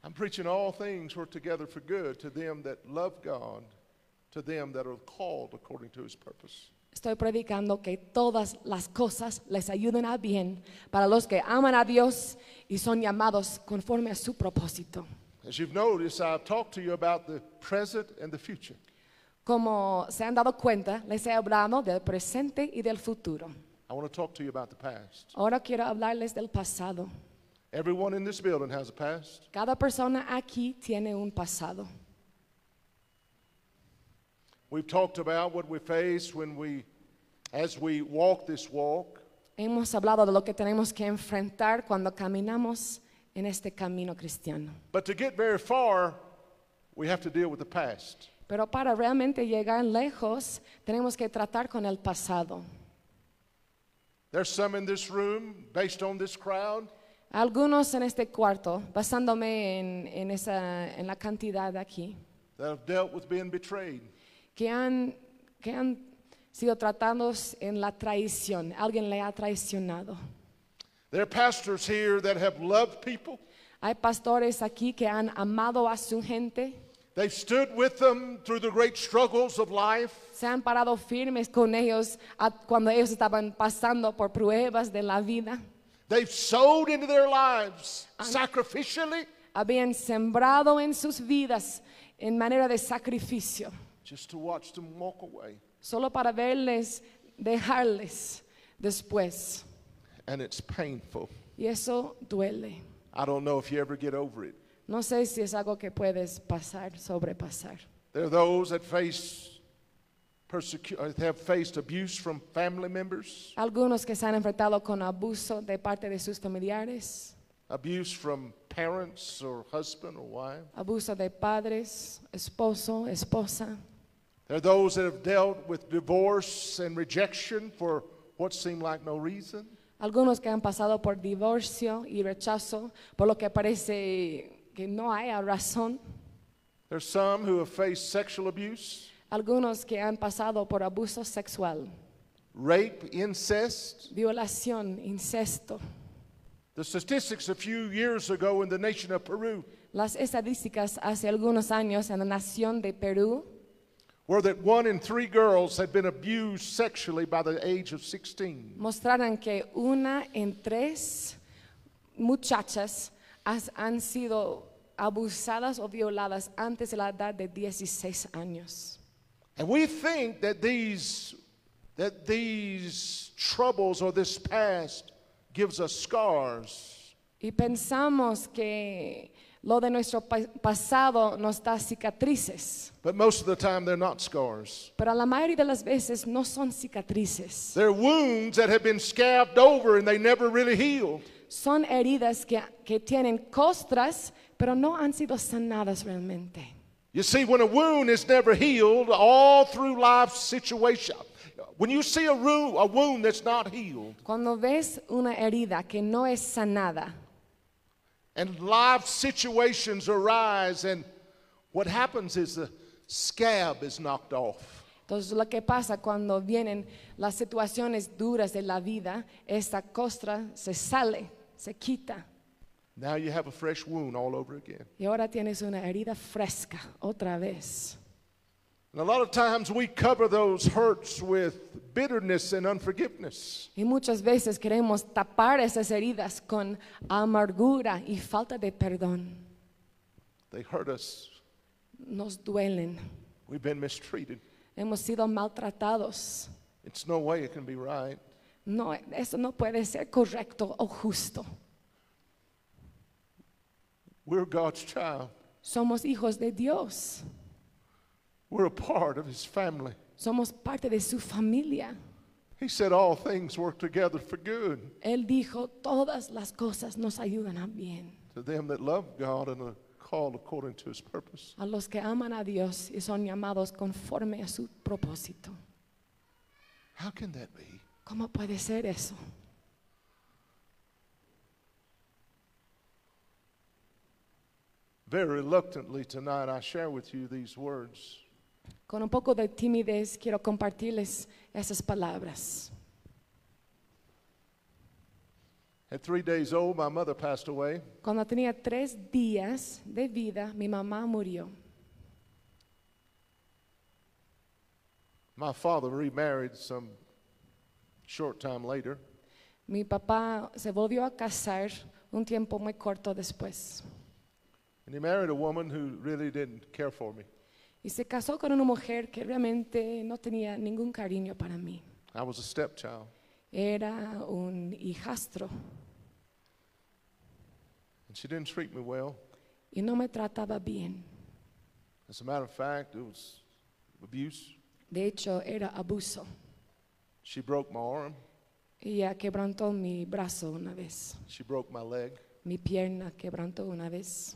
Speaker 1: I'm preaching all things work together for good to them that love God, to them that are called according to his purpose.
Speaker 2: Estoy predicando que todas las cosas les ayuden a bien para los que aman a Dios y son llamados conforme a su propósito.
Speaker 1: As you've noticed, I've talked to you about the present and the future.
Speaker 2: Como se han dado cuenta, les he hablado del presente y del futuro.
Speaker 1: I want to talk to you about the past.
Speaker 2: Ahora quiero hablarles del pasado.
Speaker 1: Everyone in this building has a past.
Speaker 2: Cada persona aquí tiene un pasado.
Speaker 1: We've talked about what we face when we, as we walk this walk.
Speaker 2: Hemos hablado de lo que tenemos que enfrentar cuando caminamos en este camino cristiano.
Speaker 1: But to get very far, we have to deal with the past.
Speaker 2: Pero para realmente llegar lejos, tenemos que tratar con el pasado.
Speaker 1: There's some in this room, based on this crowd,
Speaker 2: Algunos en este cuarto, basándome en, en esa, en la cantidad de aquí,
Speaker 1: that have dealt with being betrayed.
Speaker 2: que han, que han sido tratados en la traición. Alguien le ha traicionado.
Speaker 1: There are pastors here that have loved people.
Speaker 2: Hay pastores aquí que han amado a su gente,
Speaker 1: They've stood with them through the great struggles of life.
Speaker 2: se han parado firmes con ellos a- cuando ellos estaban pasando por pruebas de la vida.
Speaker 1: They've sowed into their lives sacrificially
Speaker 2: Habían sembrado en sus vidas en manera de sacrificio,
Speaker 1: just to watch them walk away.
Speaker 2: solo para verles, dejarles después.
Speaker 1: And it's painful.
Speaker 2: Y eso duele.
Speaker 1: I don't know if you ever get over it.
Speaker 2: No sé si es algo que puedes pasar, sobrepasar.
Speaker 1: There are those that face persecution, have faced abuse from family members,
Speaker 2: Algunos que se han enfrentado con abuso de parte de sus familiares,
Speaker 1: abuse from parents or husband or wife.
Speaker 2: abuso de padres, esposo, esposa.
Speaker 1: There are those that have dealt with divorce and rejection for what seemed like no reason.
Speaker 2: Algunos que han pasado por divorcio y rechazo, por lo que parece que no hay razón.
Speaker 1: There's some who have faced sexual abuse,
Speaker 2: Algunos que han pasado por abuso sexual,
Speaker 1: rape, incest.
Speaker 2: violación, incesto.
Speaker 1: The statistics a few years ago in the nation of Peru
Speaker 2: Las estadísticas hace algunos años en la nación de Perú
Speaker 1: were that one in three girls had been abused sexually by the age of 16.
Speaker 2: mostraron que una en tres muchachas has- han sido abusadas o violadas antes de la edad de 16 años.
Speaker 1: And we think that these, that these troubles or this past gives us scars.
Speaker 2: Y pensamos que lo de nuestro pa- pasado nos da cicatrices,
Speaker 1: But most of the time, they're not scars.
Speaker 2: pero la mayoría de las veces no son cicatrices.
Speaker 1: They're wounds that have been scabbed over and they never really healed.
Speaker 2: Son heridas que, que tienen costras, pero no han sido sanadas realmente.
Speaker 1: You see, when a wound is never healed, all through life's situation, when you see a, ru- a wound that's not healed,
Speaker 2: Cuando ves una herida que no es sanada,
Speaker 1: and life situations arise, and what happens is the scab is knocked off.
Speaker 2: Entonces lo que pasa cuando vienen las situaciones duras de la vida, esta costra se sale, se quita.
Speaker 1: Now you have a fresh wound all over again.
Speaker 2: Y ahora tienes una herida fresca otra vez.
Speaker 1: And a lot of times we cover those hurts with bitterness and unforgiveness.
Speaker 2: Y muchas veces queremos tapar esas heridas con amargura y falta de perdón.
Speaker 1: They hurt us.
Speaker 2: Nos duelen.
Speaker 1: We've been mistreated.
Speaker 2: Hemos sido maltratados.
Speaker 1: It's no way it can be right.
Speaker 2: No, eso no puede ser correcto o justo.
Speaker 1: We're God's child.
Speaker 2: Somos hijos de Dios.
Speaker 1: We're a part of his family.
Speaker 2: Somos parte de su familia.
Speaker 1: He said all things work together for good
Speaker 2: Él dijo, todas las cosas nos ayudan a bien.
Speaker 1: to them that love God and are called according to his purpose.
Speaker 2: A los que aman a Dios y son llamados conforme a su propósito.
Speaker 1: How can that be?
Speaker 2: ¿Cómo puede ser eso?
Speaker 1: Very reluctantly tonight, I share with you these words.
Speaker 2: Con un poco de timidez quiero compartirles esas palabras.
Speaker 1: At three days old, my mother passed away.
Speaker 2: Cuando tenía tres días de vida, mi mamá murió.
Speaker 1: My father remarried some short time later.
Speaker 2: Mi papá se volvió a casar un tiempo muy corto después
Speaker 1: And he married a woman who really didn't care for me.
Speaker 2: y se casó con una mujer que realmente no tenía ningún cariño para mí.
Speaker 1: I was a stepchild.
Speaker 2: Era un hijastro.
Speaker 1: And she didn't treat me well.
Speaker 2: y no me trataba bien.
Speaker 1: As a matter of fact, it was abuse.
Speaker 2: De hecho, era abuso.
Speaker 1: She broke my arm.
Speaker 2: Ella quebrantó mi brazo una vez,
Speaker 1: She broke my leg.
Speaker 2: mi pierna quebrantó una vez.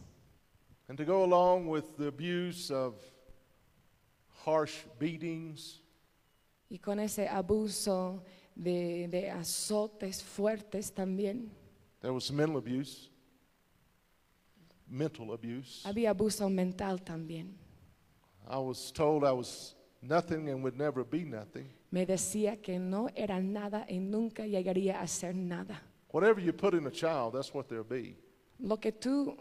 Speaker 1: And to go along with the abuse of harsh beatings,
Speaker 2: Y con ese abuso de, de azotes fuertes también,
Speaker 1: there was mental abuse. Mental abuse.
Speaker 2: había abuso mental también.
Speaker 1: I was told I was nothing and would never be nothing.
Speaker 2: Me decía que no era nada y nunca llegaría a ser nada.
Speaker 1: Whatever you put in a child, that's what they'll be.
Speaker 2: Lo que tú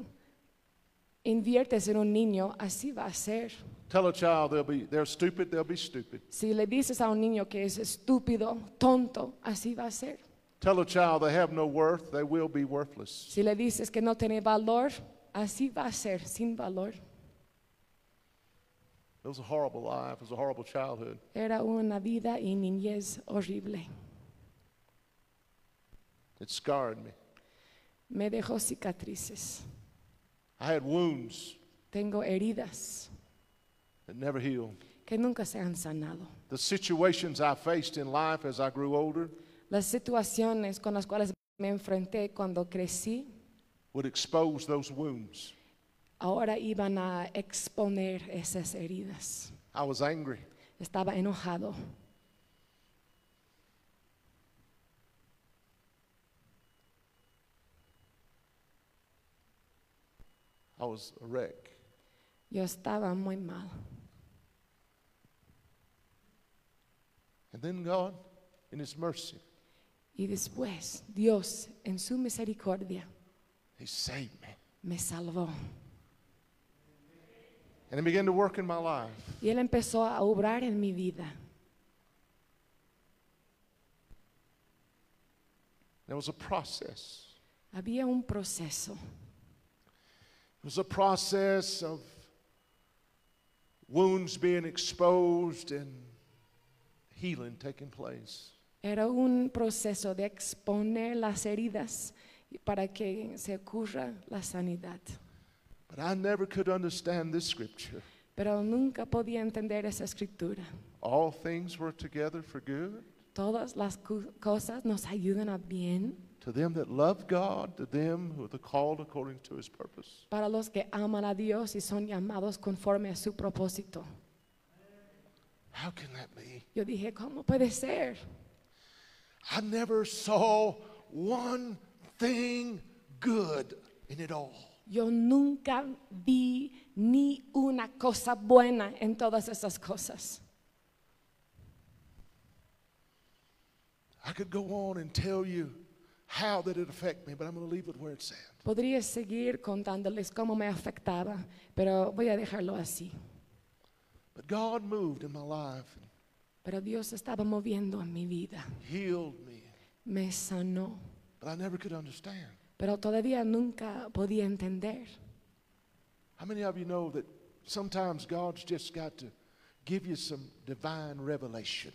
Speaker 2: inviertes en un niño, así va a ser.
Speaker 1: Tell a child they'll be they're stupid, they'll be stupid.
Speaker 2: Si le dices a un niño que es estúpido, tonto, así va a ser.
Speaker 1: Tell a child they have no worth, they will be worthless.
Speaker 2: Si le dices que no tiene valor, así va a ser, sin valor.
Speaker 1: It was a horrible life, it was a horrible childhood.
Speaker 2: Era una vida y niñez horrible.
Speaker 1: It scarred me.
Speaker 2: Me dejó cicatrices.
Speaker 1: I had wounds
Speaker 2: Tengo heridas
Speaker 1: that never healed.
Speaker 2: que nunca se han sanado.
Speaker 1: The situations I faced in life as I grew older
Speaker 2: Las situaciones con las cuales me enfrenté cuando crecí
Speaker 1: would expose those wounds.
Speaker 2: ahora iban a exponer esas heridas.
Speaker 1: I was angry.
Speaker 2: Estaba enojado.
Speaker 1: I was a wreck.
Speaker 2: Yo estaba muy mal.
Speaker 1: And then God, in His mercy,
Speaker 2: Y después Dios, en su misericordia,
Speaker 1: He saved me.
Speaker 2: me salvó.
Speaker 1: And He began to work in my life.
Speaker 2: Y Él empezó a obrar en mi vida.
Speaker 1: There was a process.
Speaker 2: Había un proceso.
Speaker 1: It was a process of wounds being exposed and healing taking place.
Speaker 2: Era un proceso de exponer las heridas para que se ocurra la sanidad.
Speaker 1: But I never could understand this scripture.
Speaker 2: Pero nunca podía entender esa escritura.
Speaker 1: All things work together for good
Speaker 2: Todas las cu- cosas nos ayudan a bien
Speaker 1: to them that love God, to them who are the called according to his purpose.
Speaker 2: para los que aman a Dios y son llamados conforme a su propósito.
Speaker 1: How can that be?
Speaker 2: Yo dije, ¿cómo puede ser?
Speaker 1: I never saw one thing good in it all.
Speaker 2: Yo nunca vi ni una cosa buena en todas esas cosas.
Speaker 1: I could go on and tell you how did it affect me, but I'm going to leave it where it's at.
Speaker 2: Podría seguir contándoles cómo me afectaba, pero voy a dejarlo así.
Speaker 1: But God moved in my life and
Speaker 2: Pero Dios estaba moviendo en mi vida,
Speaker 1: healed me,
Speaker 2: me sanó,
Speaker 1: but I never could understand.
Speaker 2: pero todavía nunca podía entender.
Speaker 1: How many of you know that sometimes God's just got to give you some divine revelation?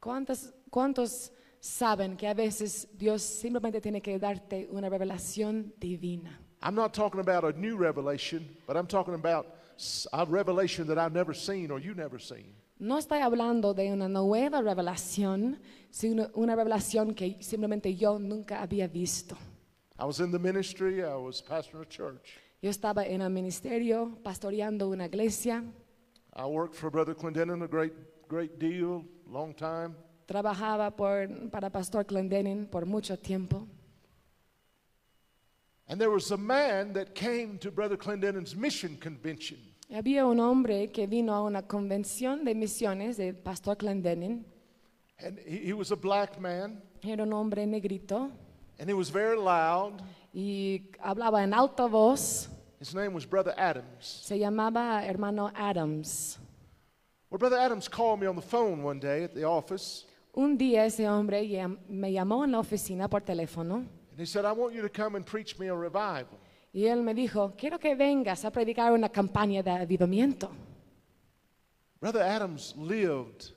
Speaker 2: ¿Cuántos, cuántos saben que a veces Dios simplemente tiene que darte una revelación divina?
Speaker 1: I'm not talking about a new revelation, but I'm talking about s- a revelation that I've never seen or you never seen.
Speaker 2: No estoy hablando de una nueva revelación, sino una revelación que simplemente yo nunca había visto.
Speaker 1: I was in the ministry, I was pastoring a church.
Speaker 2: Yo estaba en el ministerio pastoreando una iglesia,
Speaker 1: I worked for Brother Clendenin a great, great deal, long time.
Speaker 2: trabajaba por- para Pastor Clendenin por mucho tiempo.
Speaker 1: And there was a man that came to Brother Clendenin's mission convention.
Speaker 2: Había un hombre que vino a una convención de misiones de Pastor Clendenin.
Speaker 1: And he, he was a black man,
Speaker 2: Era un hombre negrito
Speaker 1: and he was very loud.
Speaker 2: y hablaba en alta voz.
Speaker 1: His name was Brother Adams.
Speaker 2: Se llamaba hermano Adams.
Speaker 1: Well, Brother Adams called me on the phone one day at the office,
Speaker 2: Un día ese hombre llam- me llamó en la oficina por teléfono
Speaker 1: and he said, I want you to come and preach me a revival.
Speaker 2: y él me dijo, quiero que vengas a predicar una campaña de avivamiento.
Speaker 1: Brother Adams lived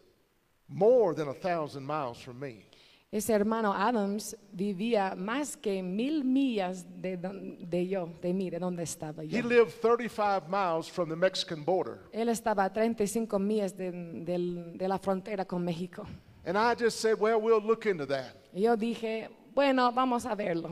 Speaker 1: more than a thousand miles from me.
Speaker 2: Ese hermano Adams vivía más que mil millas de, don- de yo, de mí, de donde estaba yo.
Speaker 1: He lived 35 miles from the Mexican border.
Speaker 2: Él estaba a 35 millas de, del- de la frontera con México.
Speaker 1: And I just said, well, we'll look into that.
Speaker 2: Y yo dije, bueno, vamos a verlo.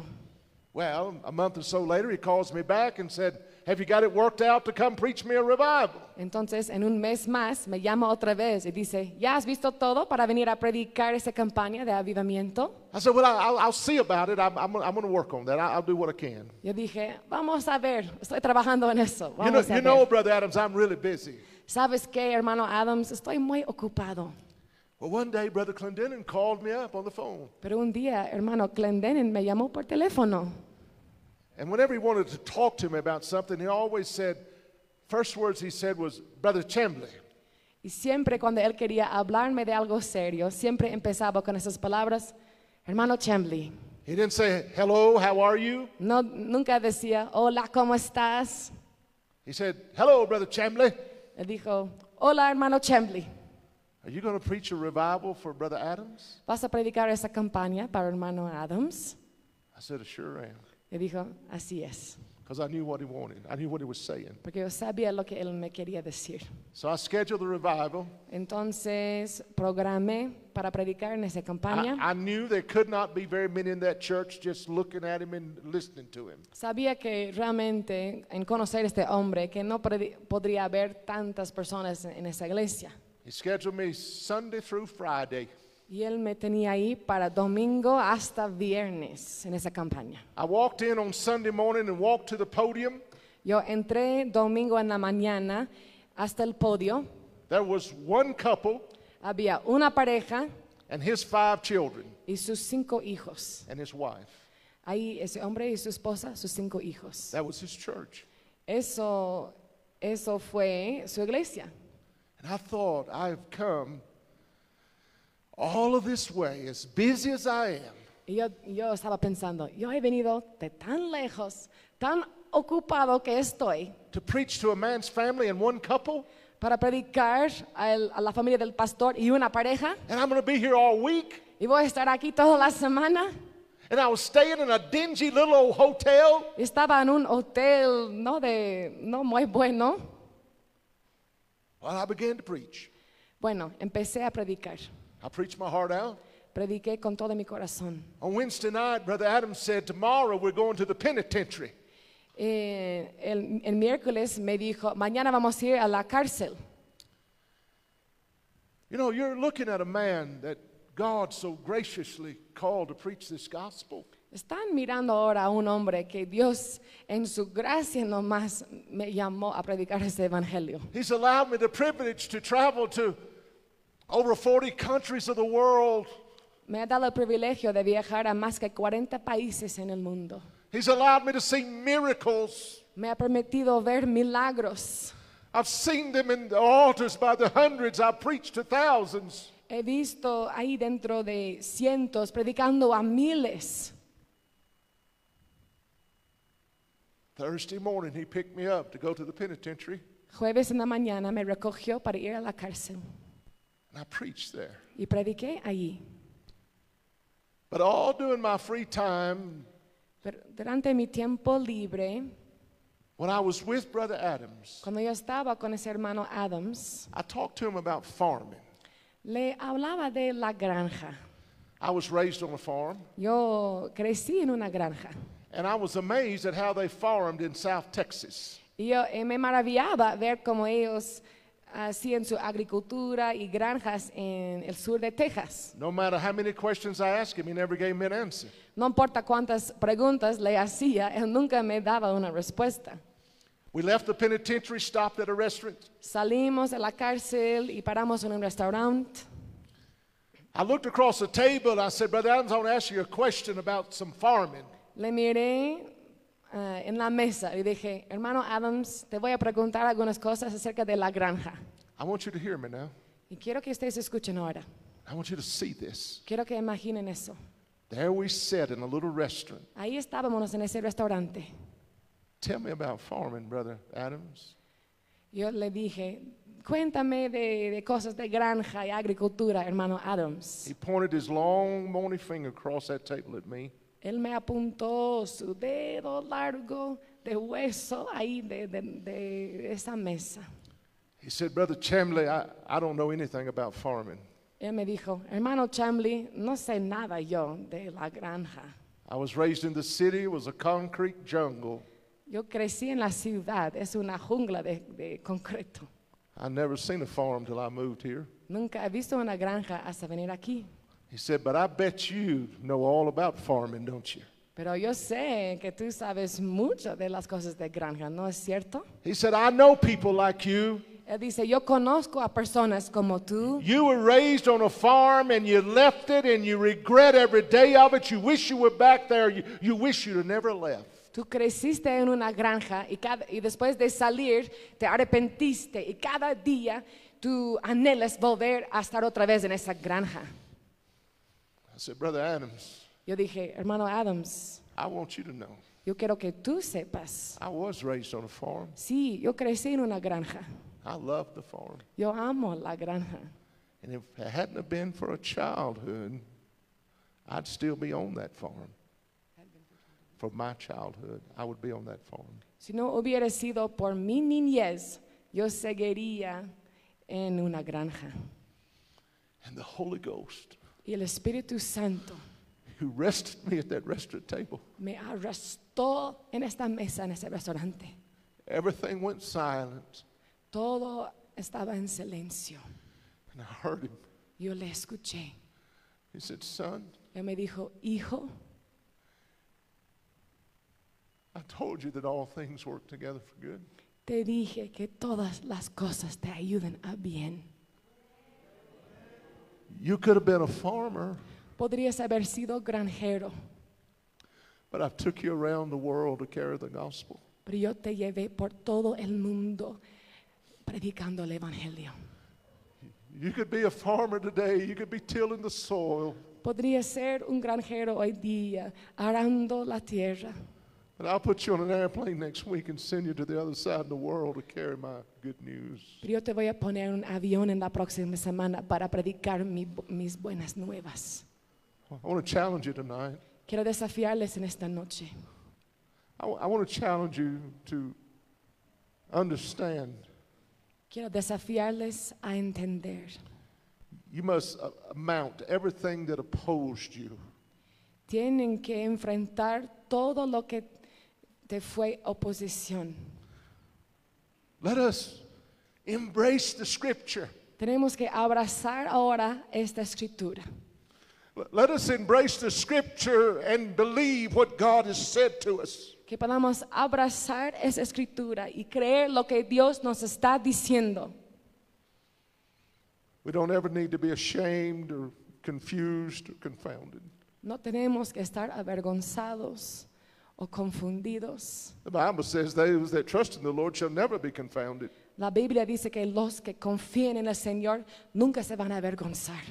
Speaker 1: Well, a month or so later, he calls me back and said, Have you got it worked out to come preach me a revival?
Speaker 2: Entonces, en un mes más, me llama otra vez y dice, ¿ya has visto todo para venir a predicar esa campaña de avivamiento?
Speaker 1: I said, Well, I- I'll, I'll see about it. I'm, I'm, I'm going to work on that. I- I'll do what I can.
Speaker 2: Yo dije, vamos a ver, estoy trabajando en eso.
Speaker 1: You know,
Speaker 2: Vamos a
Speaker 1: you
Speaker 2: ver.
Speaker 1: know, Brother Adams, I'm really busy.
Speaker 2: ¿Sabes qué, hermano Adams? Estoy muy ocupado.
Speaker 1: Well, one day, Brother Clendenin called me up on the phone.
Speaker 2: Pero un día, hermano Clendenin me llamó por teléfono.
Speaker 1: And whenever he wanted to talk to me about something, he always said, First words he said was, Brother Chambly.
Speaker 2: Y siempre cuando él quería hablarme de algo serio, siempre empezaba con esas palabras, hermano Chambly.
Speaker 1: He didn't say, Hello, how are you?
Speaker 2: No, nunca decía, hola, ¿cómo estás?
Speaker 1: He said, Hello, Brother Chambly.
Speaker 2: Él dijo, hola, hermano Chambly.
Speaker 1: Are you going to preach a revival for Brother Adams?
Speaker 2: ¿Vas a predicar esa campaña para hermano Adams?
Speaker 1: I said, I sure am.
Speaker 2: Y dijo, así es,
Speaker 1: because I knew what he wanted. I knew what he was saying.
Speaker 2: porque yo sabía lo que él me quería decir.
Speaker 1: So I scheduled the revival.
Speaker 2: Entonces programé para predicar en esa
Speaker 1: I,
Speaker 2: campaña.
Speaker 1: I knew there could not be very many in that church just looking at him and listening to him.
Speaker 2: Sabía que realmente en conocer este hombre, que no predi- podría haber tantas personas en- en esa iglesia.
Speaker 1: He scheduled me Sunday through Friday.
Speaker 2: Y él me tenía ahí para domingo hasta viernes en esa campaña.
Speaker 1: I walked in on Sunday morning and walked to the podium.
Speaker 2: Yo entré domingo en la mañana hasta el podio.
Speaker 1: There was one couple
Speaker 2: Había una pareja
Speaker 1: and his five children
Speaker 2: y sus cinco hijos.
Speaker 1: and his wife.
Speaker 2: Ahí ese hombre y su esposa, sus cinco hijos.
Speaker 1: That was his church.
Speaker 2: Eso, eso fue su iglesia.
Speaker 1: And I thought, I've come all of this way, as busy as I am,
Speaker 2: Y yo, yo estaba pensando, yo he venido de tan lejos, tan ocupado que estoy,
Speaker 1: to preach to a man's family and one couple,
Speaker 2: para predicar al- a la familia del pastor y una pareja,
Speaker 1: and I'm going to be here all week.
Speaker 2: y voy a estar aquí toda la semana.
Speaker 1: And I was staying in a dingy little old hotel.
Speaker 2: Estaba en un hotel no, de, no muy bueno.
Speaker 1: Well, I began to preach.
Speaker 2: Bueno, empecé a predicar.
Speaker 1: I preached my heart out.
Speaker 2: Prediqué con todo mi corazón.
Speaker 1: On Wednesday night, Brother Adams said, Tomorrow we're going to the penitentiary.
Speaker 2: Eh, el, el miércoles me dijo, mañana vamos a ir a la cárcel.
Speaker 1: You know, you're looking at a man that God so graciously called to preach this gospel.
Speaker 2: Están mirando ahora a un hombre que Dios en su gracia nomás me llamó a predicar ese evangelio.
Speaker 1: He's allowed me the privilege to travel to over 40 countries of the world.
Speaker 2: Me ha dado el privilegio de viajar a más que 40 países en el mundo.
Speaker 1: He's allowed me to see miracles.
Speaker 2: Me ha permitido ver milagros.
Speaker 1: I've seen them in the altars by the hundreds. I've preached to thousands.
Speaker 2: He visto ahí dentro de cientos predicando a miles.
Speaker 1: Thursday morning, he picked me up to go to the penitentiary.
Speaker 2: Jueves en la mañana me recogió para ir a la cárcel
Speaker 1: And I preached there.
Speaker 2: y prediqué allí.
Speaker 1: But all during my free time,
Speaker 2: Pero durante mi tiempo libre,
Speaker 1: when I was with Brother Adams,
Speaker 2: cuando yo estaba con ese hermano Adams,
Speaker 1: I talked to him about farming.
Speaker 2: le hablaba de la granja.
Speaker 1: I was raised on a farm,
Speaker 2: Yo crecí en una granja
Speaker 1: and I was amazed at how they farmed in South Texas.
Speaker 2: y yo eh, me maravillaba ver cómo ellos hacían su agricultura y granjas en el sur de Texas.
Speaker 1: No matter how many questions I asked him, he never gave me an answer.
Speaker 2: No importa cuántas preguntas le hacía, él nunca me daba una respuesta.
Speaker 1: We left the penitentiary, stopped at a restaurant.
Speaker 2: Salimos de la cárcel y paramos en un restaurante.
Speaker 1: I looked across the table and I said, Brother Adams, I want to ask you a question about some farming.
Speaker 2: Le miré ah, en la mesa y dije, hermano Adams, te voy a preguntar algunas cosas acerca de la granja.
Speaker 1: I want you to hear me now.
Speaker 2: Y quiero que ustedes escuchen ahora.
Speaker 1: I want you to see this.
Speaker 2: Quiero que imaginen eso.
Speaker 1: There we sat in a little restaurant.
Speaker 2: Ahí estábamos en ese restaurante.
Speaker 1: Tell me about farming, Brother Adams.
Speaker 2: Yo le dije, cuéntame de, de cosas de granja y agricultura, hermano Adams.
Speaker 1: He pointed his long, bony finger across that table at me.
Speaker 2: Él me apuntó su dedo largo de hueso ahí de, de- de esa mesa.
Speaker 1: He said, Brother Chamley, I, I don't know anything about farming.
Speaker 2: Él me dijo, hermano Chamley, no sé nada yo de la granja.
Speaker 1: I was raised in the city, it was a concrete jungle.
Speaker 2: Yo crecí en la ciudad, es una jungla de, de concreto.
Speaker 1: I never seen a farm till I moved here.
Speaker 2: Nunca he visto una granja hasta venir aquí.
Speaker 1: He said, But I bet you know all about farming, don't you?
Speaker 2: Pero yo sé que tú sabes mucho de las cosas de granja, ¿no es cierto?
Speaker 1: He said, I know people like you.
Speaker 2: Él dice, yo conozco a personas como tú
Speaker 1: You were raised on a farm and you left it and you regret every day of it. You wish you were back there. You, you wish you'd have never left.
Speaker 2: Tú creciste en una granja y, cada- y después de salir te arrepentiste y cada día tú anhelas volver a estar otra vez en esa granja.
Speaker 1: I said, Brother Adams,
Speaker 2: Yo dije, hermano Adams,
Speaker 1: I want you to know
Speaker 2: yo quiero que tú sepas.
Speaker 1: I was raised on a farm.
Speaker 2: Sí, yo crecí en una granja.
Speaker 1: I loved the farm.
Speaker 2: Yo amo la granja.
Speaker 1: And if it hadn't have been for a childhood, I'd still be on that farm. For my childhood, I would be on that farm.
Speaker 2: Si no hubiera sido por mi niñez, yo seguiría en una granja.
Speaker 1: And the Holy Ghost,
Speaker 2: Y el Espíritu Santo
Speaker 1: who rested me at that restaurant table,
Speaker 2: me arrastró en esta mesa, en ese restaurante.
Speaker 1: everything went silent,
Speaker 2: Todo estaba en silencio.
Speaker 1: and I heard him.
Speaker 2: Yo le escuché.
Speaker 1: He said, Son,
Speaker 2: Él me dijo, hijo,
Speaker 1: I told you that all things work together for good.
Speaker 2: te dije que todas las cosas te ayuden a bien.
Speaker 1: You could have been a farmer,
Speaker 2: Podrías haber sido granjero,
Speaker 1: but I took you around the world to carry the gospel.
Speaker 2: pero yo te llevé por todo el mundo predicando el Evangelio.
Speaker 1: You could be a farmer today. You could be tilling the soil.
Speaker 2: Podrías ser un granjero hoy día, arando la tierra,
Speaker 1: But I'll put you on an airplane next week and send you to the other side of the world to carry my good news.
Speaker 2: pero yo te voy a poner en un avión en la próxima semana para predicar mi- mis buenas nuevas.
Speaker 1: I want to challenge you tonight.
Speaker 2: Quiero desafiarles en esta noche.
Speaker 1: I want to challenge you to understand.
Speaker 2: Quiero desafiarles a entender.
Speaker 1: You must uh, mount everything that opposed you.
Speaker 2: tienen que enfrentar todo lo que te fue oposición.
Speaker 1: Let us embrace the scripture.
Speaker 2: Tenemos que abrazar ahora esta escritura.
Speaker 1: L- Let us embrace the scripture and believe what God has said to us.
Speaker 2: Que podamos abrazar esa escritura y creer lo que Dios nos está diciendo.
Speaker 1: We don't ever need to be ashamed or confused or confounded.
Speaker 2: No tenemos que estar avergonzados o confundidos.
Speaker 1: The Bible says, Those that trust in the Lord shall never be confounded.
Speaker 2: La Biblia dice que los que confían en el Señor nunca se van a avergonzar.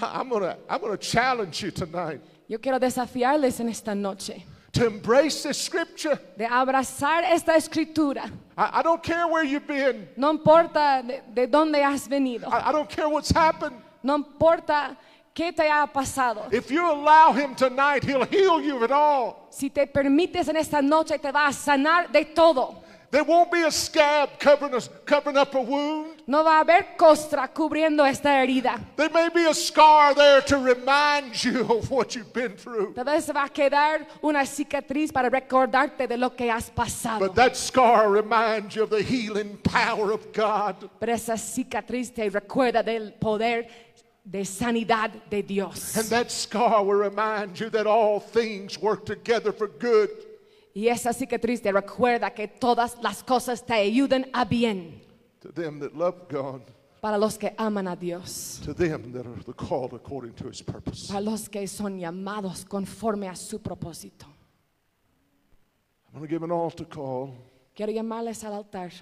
Speaker 1: I- I'm gonna, I'm gonna challenge you tonight
Speaker 2: Yo quiero desafiarles en esta noche
Speaker 1: to embrace this scripture.
Speaker 2: de abrazar esta escritura.
Speaker 1: I, I don't care where you've been.
Speaker 2: No importa de, de dónde has venido,
Speaker 1: I, I don't care what's happened.
Speaker 2: no importa qué te ha pasado.
Speaker 1: If you allow him tonight, he'll heal you at all.
Speaker 2: Si te permites en esta noche, te va a sanar de todo.
Speaker 1: There won't be a scab covering, us, covering up a wound.
Speaker 2: No va a haber costra cubriendo esta herida.
Speaker 1: There may be a scar there to remind you [LAUGHS] of what you've been through.
Speaker 2: Tal vez va a quedar una cicatriz para recordarte de lo que has pasado.
Speaker 1: But that scar reminds you of the healing power of God.
Speaker 2: Pero esa cicatriz te recuerda del poder de sanidad de
Speaker 1: And
Speaker 2: Dios.
Speaker 1: that scar will remind you that all things work together for good.
Speaker 2: Y esa cicatriz te recuerda que todas las cosas te ayudan a bien
Speaker 1: To them that love God,
Speaker 2: para los que aman a Dios.
Speaker 1: to them that are the called according to his purpose.
Speaker 2: para los que son llamados conforme a su propósito.
Speaker 1: I'm going to give an altar call.
Speaker 2: Quiero llamarles al altar.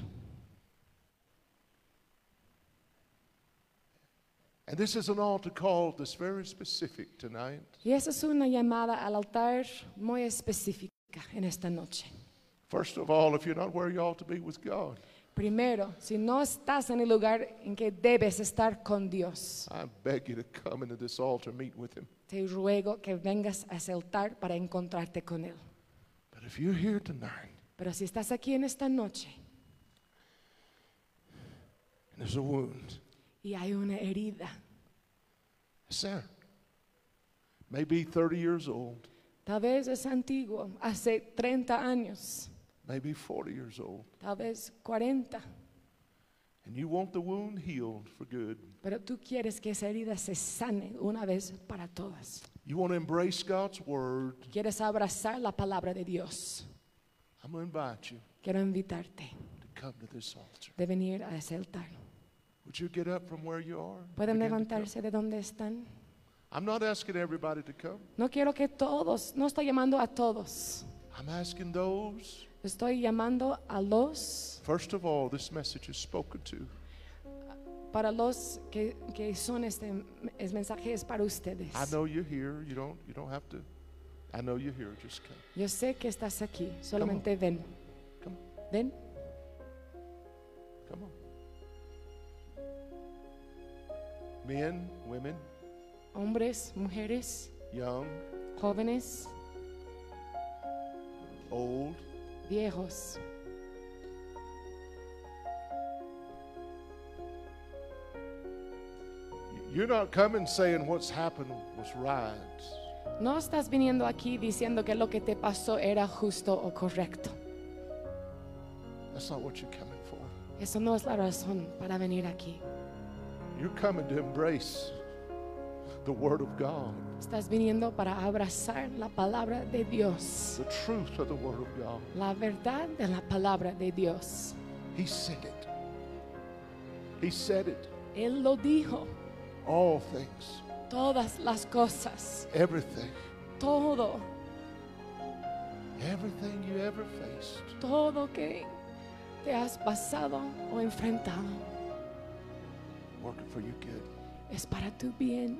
Speaker 1: And this is an altar call that's very specific tonight.
Speaker 2: Y esa es una llamada al altar muy específica en esta noche.
Speaker 1: First of all, if you're not where you ought to be with God,
Speaker 2: Primero, si no estás en el lugar en que debes estar con Dios,
Speaker 1: I beg you to come into this altar meet with him.
Speaker 2: te ruego que vengas a ese altar para encontrarte con Él.
Speaker 1: But if you're here tonight
Speaker 2: Pero si estás aquí en esta noche
Speaker 1: and there's a wound,
Speaker 2: y hay una herida,
Speaker 1: it's there. Maybe 30 years old,
Speaker 2: tal vez es antiguo, hace 30 años,
Speaker 1: maybe 40 years old,
Speaker 2: tal vez 40,
Speaker 1: and you want the wound healed for good.
Speaker 2: pero tú quieres que esa herida se sane una vez para todas.
Speaker 1: You want to embrace God's word.
Speaker 2: Quieres abrazar la palabra de Dios.
Speaker 1: I'm going to invite you
Speaker 2: Quiero invitarte
Speaker 1: to come to this altar.
Speaker 2: de venir a ese altar.
Speaker 1: Would you get up from where you are? and
Speaker 2: Pueden
Speaker 1: begin to come?
Speaker 2: levantarse de donde están.
Speaker 1: I'm not asking everybody to come.
Speaker 2: No quiero que todos, no estoy llamando a todos.
Speaker 1: I'm asking those.
Speaker 2: Estoy llamando a los,
Speaker 1: First of all, this message is spoken to.
Speaker 2: para los que, que son este, es mensaje es para ustedes.
Speaker 1: I know you're here. You don't. You don't have to. I know you're here. Just come.
Speaker 2: Yo sé que estás aquí, solamente ven.
Speaker 1: Come.
Speaker 2: Ven,
Speaker 1: Come on. Men, women,
Speaker 2: hombres, mujeres,
Speaker 1: young,
Speaker 2: jóvenes,
Speaker 1: old.
Speaker 2: viejos.
Speaker 1: You're not coming saying what's happened was right.
Speaker 2: No estás viniendo aquí diciendo que lo que te pasó era justo o correcto.
Speaker 1: That's not what you're coming for.
Speaker 2: Eso no es la razón para venir aquí.
Speaker 1: You're coming to embrace the Word of God,
Speaker 2: Estás viniendo para abrazar la palabra de Dios,
Speaker 1: the truth of the Word of God.
Speaker 2: la verdad de la palabra de Dios.
Speaker 1: He said it. He said it.
Speaker 2: Él lo dijo,
Speaker 1: All things,
Speaker 2: todas las cosas,
Speaker 1: everything,
Speaker 2: todo,
Speaker 1: everything you ever faced,
Speaker 2: todo que te has pasado o enfrentado
Speaker 1: working for your good.
Speaker 2: es para tu bien.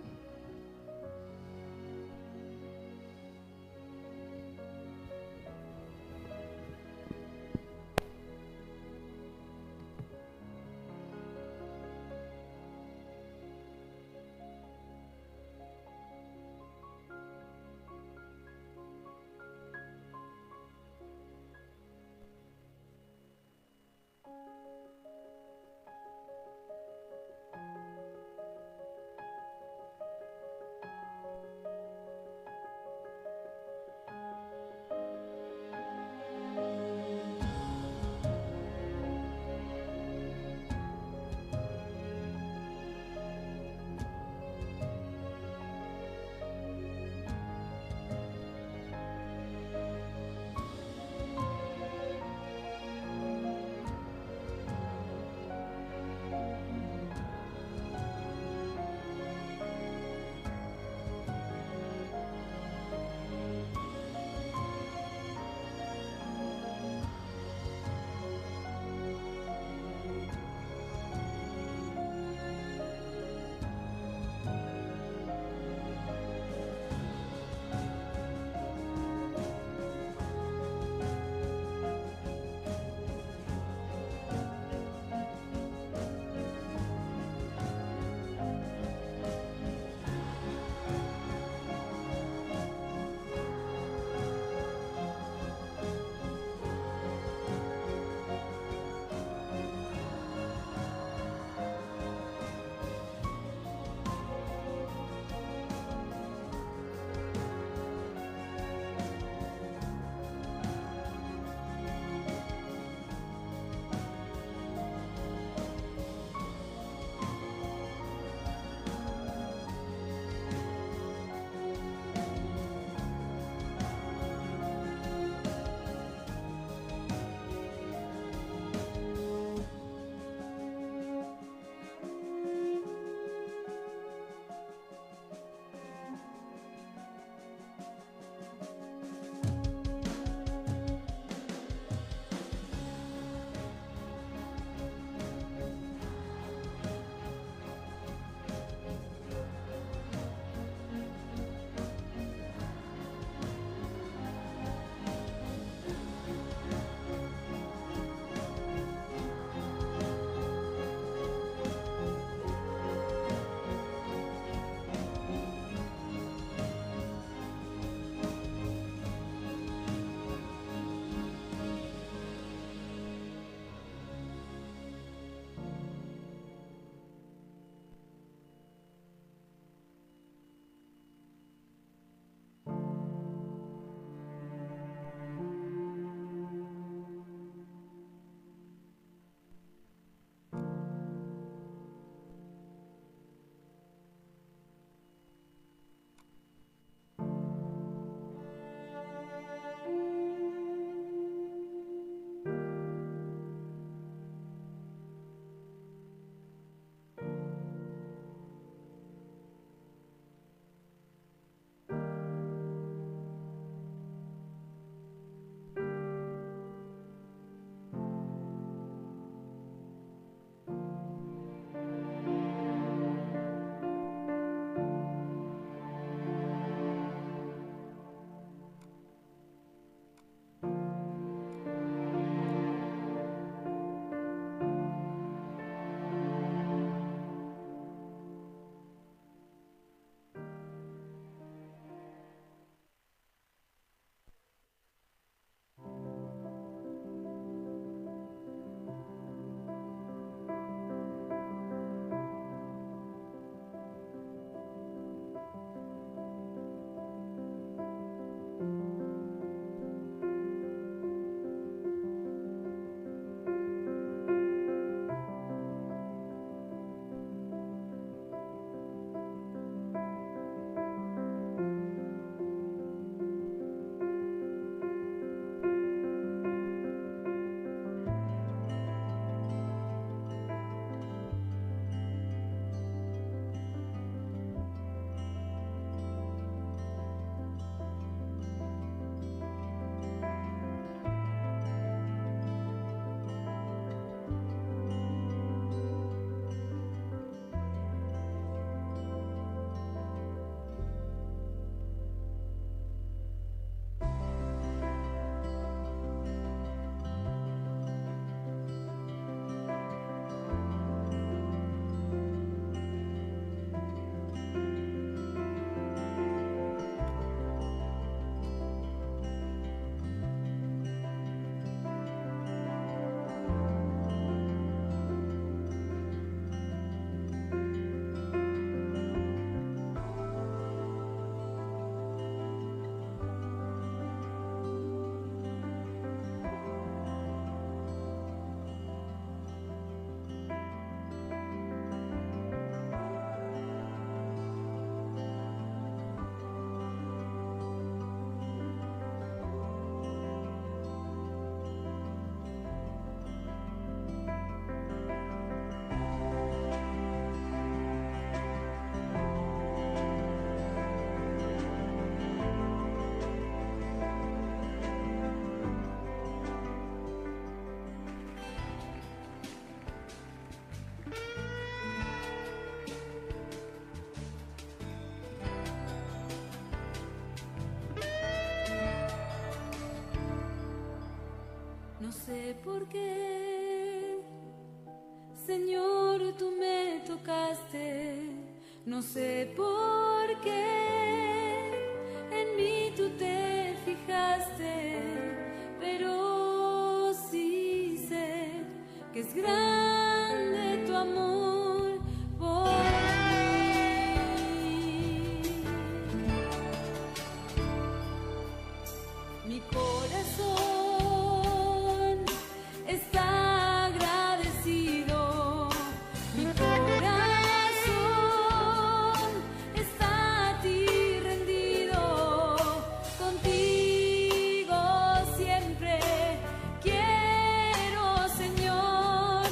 Speaker 3: No sé por qué, Señor, tú me tocaste. No sé por qué, en mí tú te fijaste. Pero sí sé que es grande tu amor por mí. Mi corazón está agradecido. Mi corazón está a ti rendido. Contigo siempre quiero, Señor,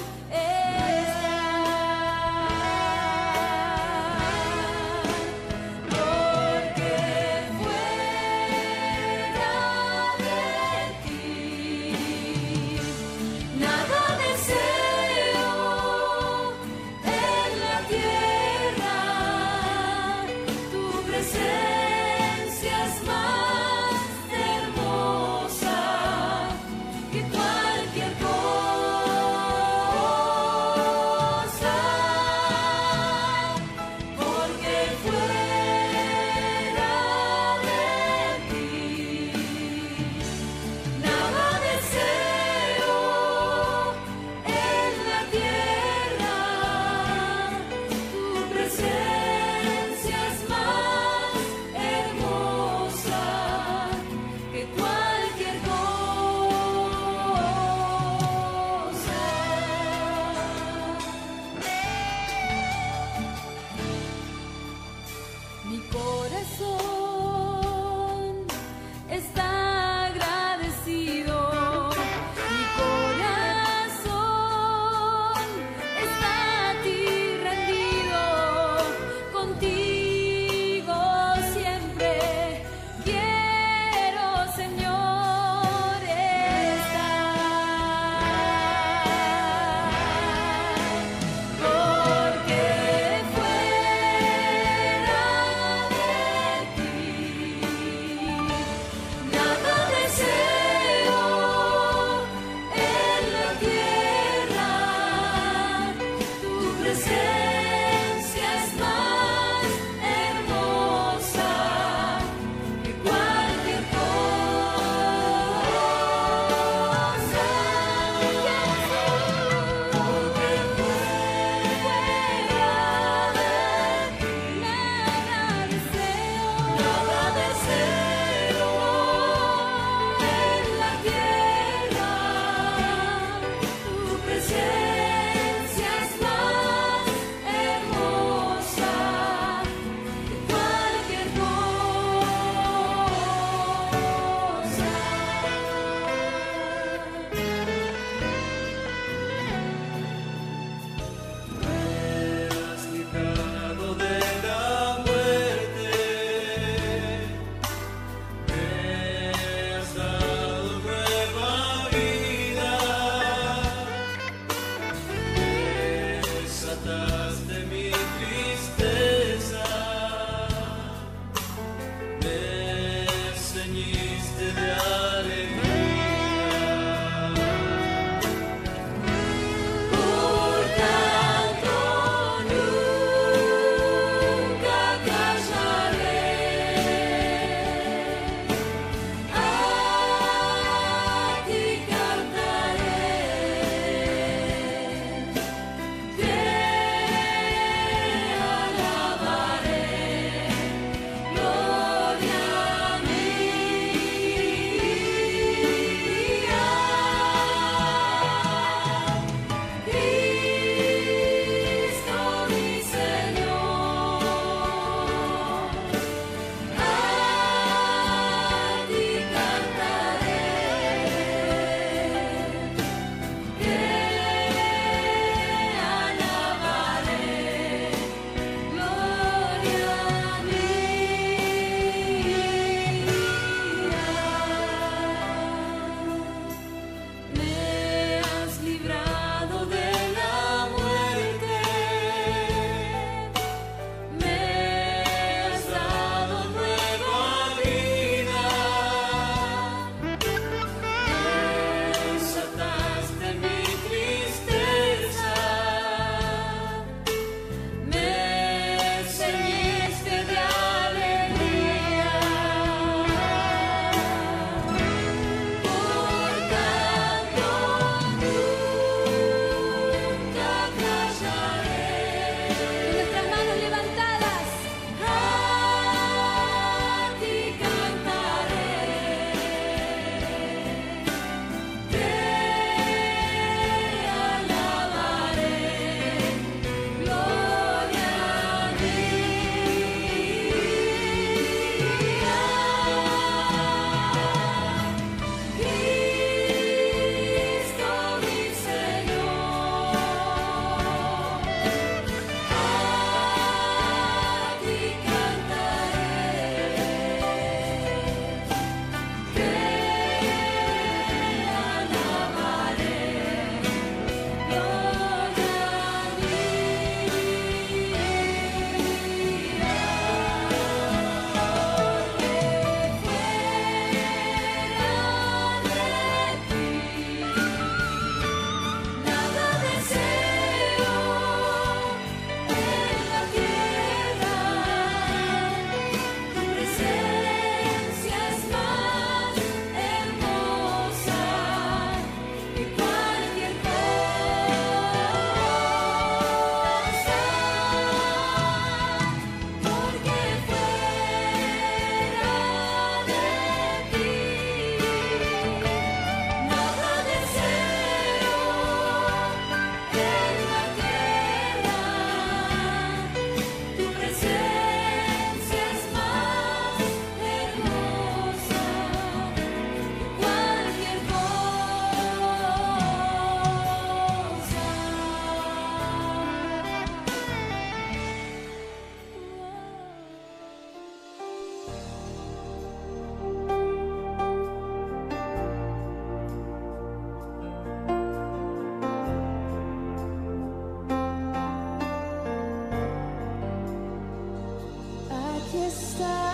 Speaker 3: está.